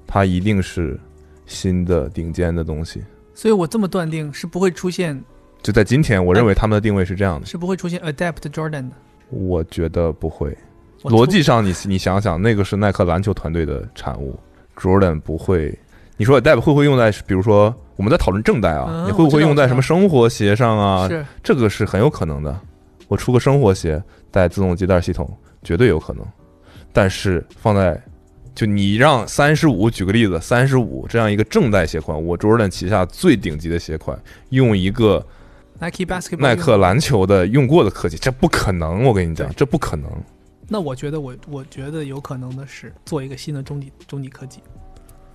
它一定是新的顶尖的东西。
所以我这么断定是不会出现，
就在今
哎
天，我认为他们的定位是这样的。
是不会出现 Adapt Jordan 的。
我觉得不会，
我
逻辑上你你想想，那个是耐克篮球团队的产物，Jordan 不会。你说 Adapt 会不会用在，比如说我们在讨论正代啊，
嗯
你会不会用在什
我
么
知
生活鞋上
突
啊？
是
这个是很有可能的。我出个生活鞋带自动系带系统，绝对有可能。但是放在就你让三十五，举个例子，三十五这样一个正代鞋款，我 Jordan 旗下最顶级的鞋款，用一个
Nike Basketball
耐
用
克篮球的用过的科技，这不可能。我跟你讲，这不可能。
的。那我觉得我我觉得有可能的是做一个新的中底中底科技，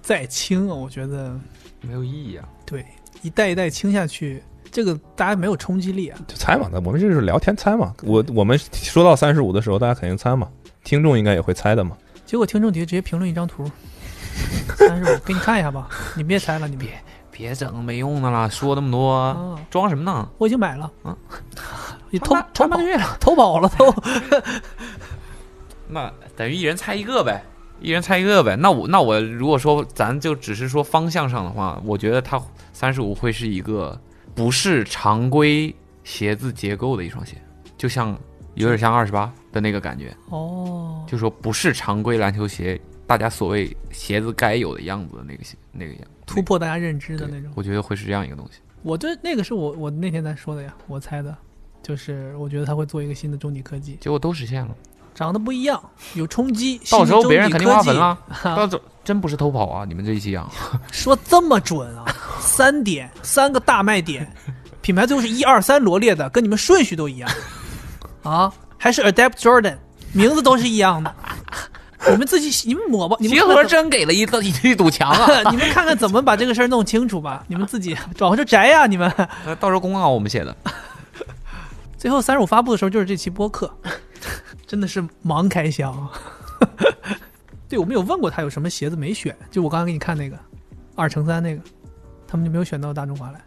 再轻啊，我觉得
没有意义啊。
对一代一代轻下去，这个大家没有冲击力啊。
就猜嘛，那我们这就是聊天猜嘛。我我们说到三十五的时候，大家肯定猜嘛，听众应该也会猜的嘛。
结果听众底下直接评论一张图，三十五，给你看一下吧。 你别猜了，你别
别整没用的啦，说那么多，
啊，
装什么呢？
我已经买了
啊，
你偷
穿
偷
半
跑
个月了，
偷跑了都。
那等于一人猜一个呗，一人猜一个呗。那我那我如果说咱就只是说方向上的话，我觉得它三十五会是一个不是常规鞋子结构的一双鞋，就像有点像二十八的那个感觉，
哦，
就说不是常规篮球鞋，大家所谓鞋子该有的样子的那个鞋那个样
突破大家认知的那种。
我觉得会是这样一个东西。
我对那个是我我那天咱说的呀，我猜的，就是我觉得他会做一个新的中底科技，
结果都实现了，
长得不一样，有冲击。
到时候
新的中底
别人肯定挖坟了。
科技。啊
到时候真不是偷跑啊，你们这一期啊。
说这么准啊，三点三个大卖点品牌最后是一二三罗列的，跟你们顺序都一样啊，还是 Adapt Jordan，名字都是一样的。你们自己你们抹吧，你们
结
看
合
看怎
真给了一一一堵墙啊！
么 你们看看怎么把这个事儿弄清楚吧。你们自己往回这摘呀、你们。
到时候公告我们写的，
最后三十五发布的时候就是这期播客， 真的是盲开箱。啊 对，我们有问过他有什么鞋子没选，就我刚刚给你看那个二乘三那个，他们就没有选到大中华来。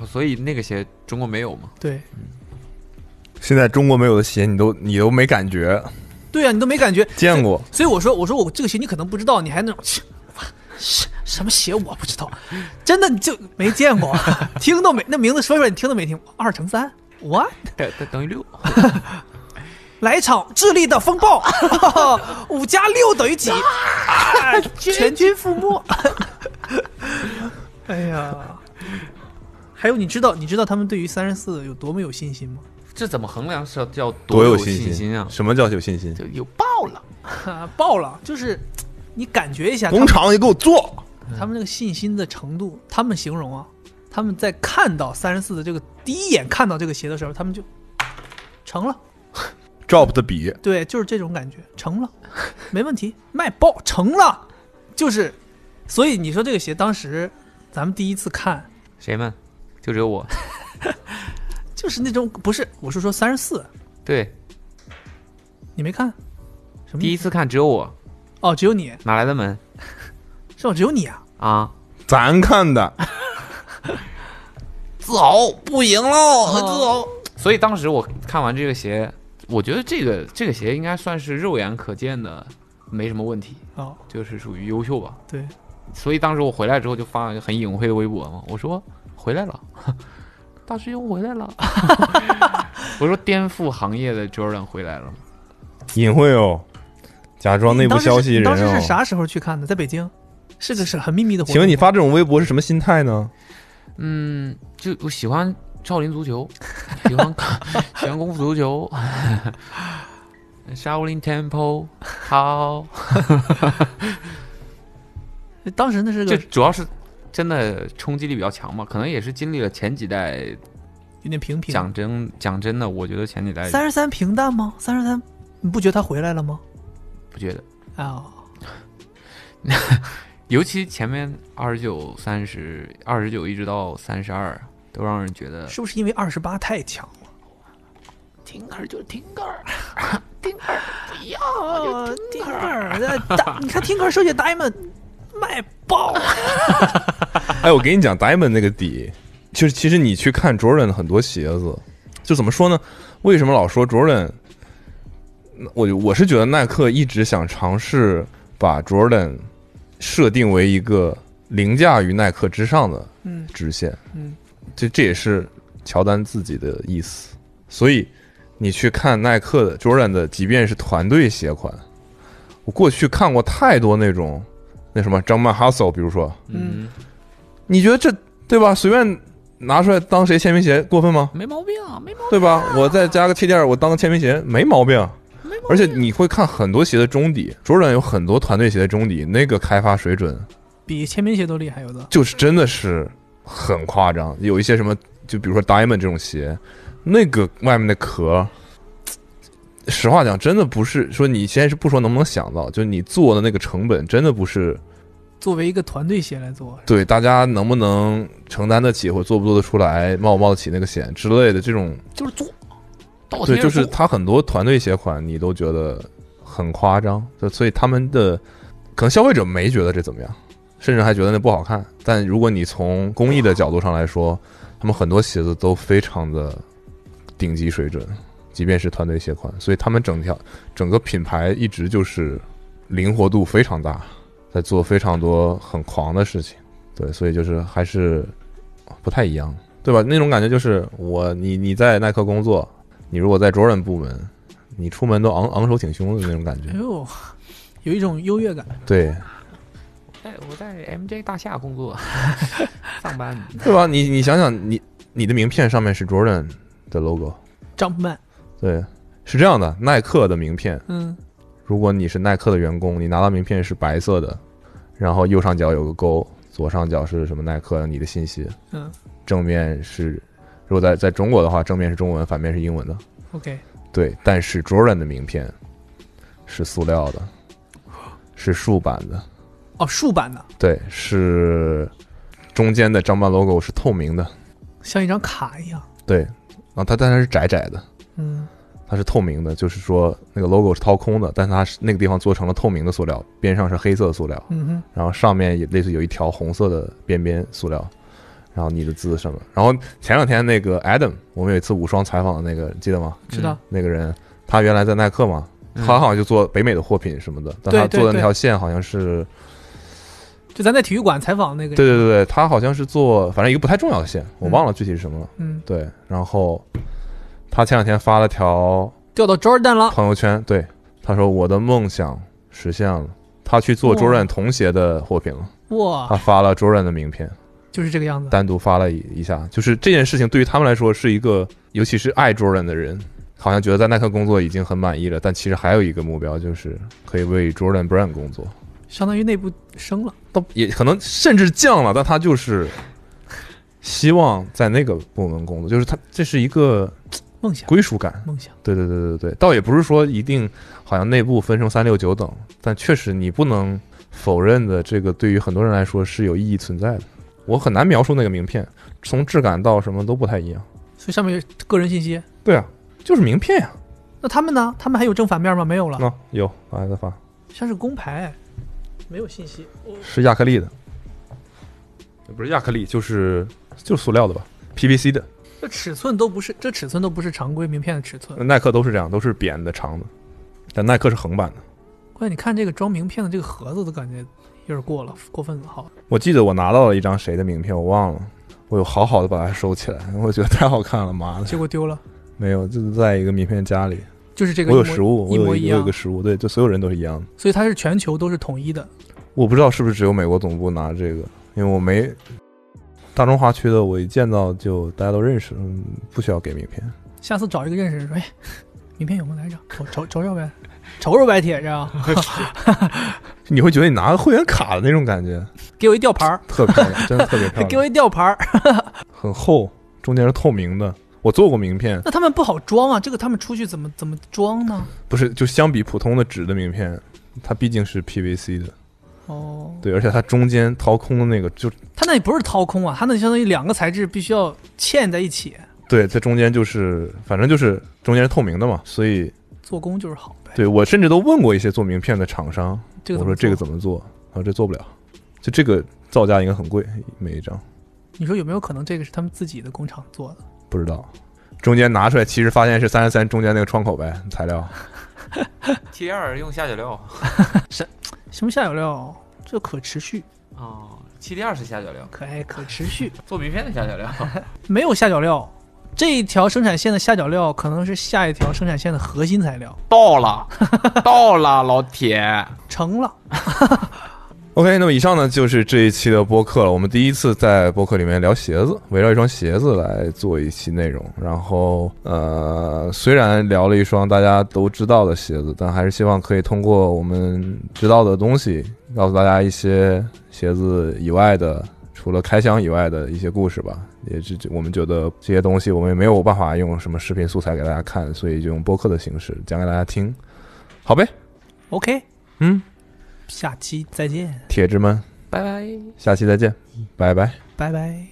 哦所以那个鞋中国没有 嘛？
对，
现在中国没有的鞋，你都你都没感觉
对啊，你都没感觉，
见过，
所以我说，我说我这个鞋你可能不知道，你还那种切哇什什么鞋我不知道，真的你就没见过， 听都没那名字说出来你听都没听，二乘三，what？
等等等于六，
来一场智力的风暴， 五加六等于几？啊全军覆没。 哎呀，还有你知道你知道他们对于三十四有多么有信心吗？
这怎么衡量是要叫
多
有
信
信啊？
什么叫有信心？
就有爆了，
啊 爆了，就是你感觉一下他
工
们
厂你给我做，
他们那个信心的程度，他们形容啊，他们在看到三十四的这个第一眼看到这个鞋的时候，他们就成了，
drop 的笔，
对，就是这种感觉，成了， 没问题，卖爆成了，就是，所以你说这个鞋当时咱们第一次看，
谁们？就只有我。
就是那种不是，我是说三十四，
对，
你没看，什么
第一次看只有我，
哦，只有你，
哪来的门
是吧？只有你啊，
啊？
咱看的，
自豪不赢喽，
哦很自豪。
所以当时我看完这个鞋，我觉得这个这个鞋应该算是肉眼可见的，没什么问题，
哦，
就是属于优秀吧。
对，
所以当时我回来之后就发了一个很隐晦的微博嘛，我说回来了， 大师兄回来了， 我说颠覆行业的 Jordan 回来了，
隐晦哦，假装内
你
部
当时
消
是
息
你
人
当时是
哦。
啥时候去看的？在北京，是个是很秘密的活动。
请问你发这种微博是什么心态呢？
嗯，就我喜欢少林足球，喜欢 喜欢功夫足球。Shaolin Temple，好，
当时那是
就
个
主要是真的冲击力比较强嘛，可能也是经历了前几代。
有点平平，
讲真，讲真的，我觉得前几代
三十三平淡吗？三十三，你不觉得他回来了吗？
不觉得，
啊、
尤其前面二十九、三十、二十九一直到三十二，都让人觉得
是不是因为二十八太强了？
听儿就听儿，听儿不要
哦
就，
听
听
歌儿，
儿。
呃大你看听歌儿收姐 Diamond 卖爆，啊
哎，我给你讲，Diamond 那个底，就是其实你去看 Jordan 的很多鞋子，就怎么说呢？为什么老说 Jordan？我我是觉得耐克一直想尝试把 Jordan 设定为一个凌驾于耐克之上的
嗯
直线，
嗯，
这这也是乔丹自己的意思。所以你去看耐克的 Jordan 的，即便是团队鞋款，我过去看过太多那种那什么张曼哈 l 比如说，
嗯
你觉得这对吧？随便拿出来当谁签名鞋过分吗？
没毛病啊，没毛
对吧？我再加个贴垫儿，我当个签名鞋没毛病。而且你会看很多鞋的中底，Jordan 有很多团队鞋的中底，那个开发水准
比签名鞋都厉害，有的
就是真的是很夸张。有一些什么，就比如说 Diamond 这种鞋，那个外面的壳，实话讲，真的不是说你先是不说能不能想到，就你做的那个成本，真的不是
作为一个团队鞋来做，
对大家能不能承担得起或做不做得出来，冒不冒得起那个险之类的这种。
就是做，到
对，就是他很多团队鞋款，你都觉得很夸张，就所以他们的可能消费者没觉得这怎么样，甚至还觉得那不好看。但如果你从工艺的角度上来说，他们很多鞋子都非常的顶级水准，即便是团队鞋款，所以他们整条整个品牌一直就是灵活度非常大，在做非常多很狂的事情。对，所以就是还是不太一样，对吧？那种感觉就是我你你在耐克工作，你如果在 Jordan 部门，你出门都昂昂首挺胸的那种感
哎
觉。
呦，有一种优越感。
对，
哎，我在 MJ 大厦工 作上班，
对吧？你你想想，你你的名片上面是 Jordan 的 logo，
Jumpman，
对，是这样的。耐克的名片，
嗯，
如果你是耐克的员工，你拿到名片是白色的，然后右上角有个勾，左上角是什么耐克你的信息，
嗯，
正面是如果在在中国的话，正面是中文，反面是英文的。
OK，
对，但是 Jordan 的名片是塑料的，是竖版的，
哦，竖版的，
对，是中间的张曼 logo 是透明的，
像一张卡一样。
对，然后它但它是窄窄的，
嗯，
它是透明的，就是说那个 logo 是掏空的，但它是那个地方做成了透明的塑料，边上是黑色的塑料，
嗯哼，
然后上面也类似有一条红色的边边塑料，然后你的字什么，然后前两天那个 Adam，我们有一次无双采访的那个，记得吗？
知道。
那个人他原来在耐克嘛，
嗯
他好像就做北美的货品什么的，但
对
他
对
做的那
对
条线好像是，
就咱在体育馆采访那个人。
对对对对，他好像是做反正一个不太重要的线，我
嗯
忘了具体是什么了。
嗯，
对，然后他前两天发了条
掉到 Jordan 了。
朋友圈，对他说我的梦想实现了，他去做
哇
Jordan 童鞋的货品了，他
哇，
发了 Jordan 的名片，
就是这个样子。
单独发了一一下，就是这件事情对于他们来说是一个，尤其是爱 Jordan 的人，好像觉得在耐克工作已经很满意了，但其实还有一个目标就是可以为 Jordan Brand 工作，
相当于内部升了。
倒也可能甚至降了，但他就是希望在那个部门工作，就是他这是一个
梦想，
归属感，
梦想。
对对对对对，倒也不是说一定好像内部分成三六九等，但确实你不能否认的，这个对于很多人来说是有意义存在的。我很难描述那个名片，从质感到什么都不太一样。
所以上面有个人信息。
对啊，就是名片呀、
那他们呢？他们还有正反面吗？没有了
啊。，有我还在发，
像是工牌，没有信息。
是亚克力的，不是亚克力，就是就是塑料的吧，PVC 的。
这尺寸都不是，这尺寸都不是常规名片的尺寸。
耐克都是这样，都是扁的长的，但耐克是横版的。
关键你看这个装名片的这个盒子，都感觉有点过了，过分了。好，
我记得我拿到了一张谁的名片，我忘了，我有好好的把它收起来，我觉得太好看了，妈的。
结果丢了，
没有，就是在一个名片夹里。
就是这个
我有
一模
实物，我
一模
有
一
一个
样
我有一个实物，对，就所有人都是一样的。
所以它是全球都是统一的。
我不知道是不是只有美国总部拿这个，因为我没大中华区的，我一见到就大家都认识，嗯，不需要给名片。
下次找一个认识人说，哎，名片有没有来着？瞅瞅瞅瞅呗，瞅瞅白铁这样，
你会觉得你拿个会员卡的那种感觉，
给我一吊牌儿，
特别漂 亮，真的特别漂
给我
亮，
一吊牌儿。
很厚，中间是透明的。我做过名片，
那他们不好装啊，这个他们出去怎么怎么装呢？
不是就相比普通的纸的名片，它毕竟是 PVC 的，
哦，
对，而且它中间掏空的那个，就
它那也不是掏空啊，它那相当于两个材质必须要嵌在一起，
对，它中间就是反正就是中间是透明的嘛，所以
做工就是好呗。
对我甚至都问过一些做名片的厂商，
这个
我
怎么
说这个
做
怎么做？他说这做不了，就这个造价应该很贵，每一张
你说有没有可能这个是他们自己的工厂做的？
不知道。中间拿出来，其实发现是三十三中间那个窗口呗，材料
T 二用下脚料啊、
什么下脚料？这可持续，
哦、，T 二是下脚料，
可爱可持续，
做名片的下脚料。
没有下脚料。这一条生产线的下脚料可能是下一条生产线的核心材料，
到了， 到了，老铁，
成了。
OK，那么以上呢就是这一期的播客了。我们第一次在播客里面聊鞋子，围绕一双鞋子来做一期内容。然后呃，虽然聊了一双大家都知道的鞋子，但还是希望可以通过我们知道的东西，告诉大家一些鞋子以外的。除了开箱以外的一些故事吧，也是我们觉得这些东西我们也没有办法用什么视频素材给大家看，所以就用播客的形式讲给大家听，好呗，
OK，
嗯，
下期再见，
铁子们，
拜拜。
下期再见，拜拜。
拜拜。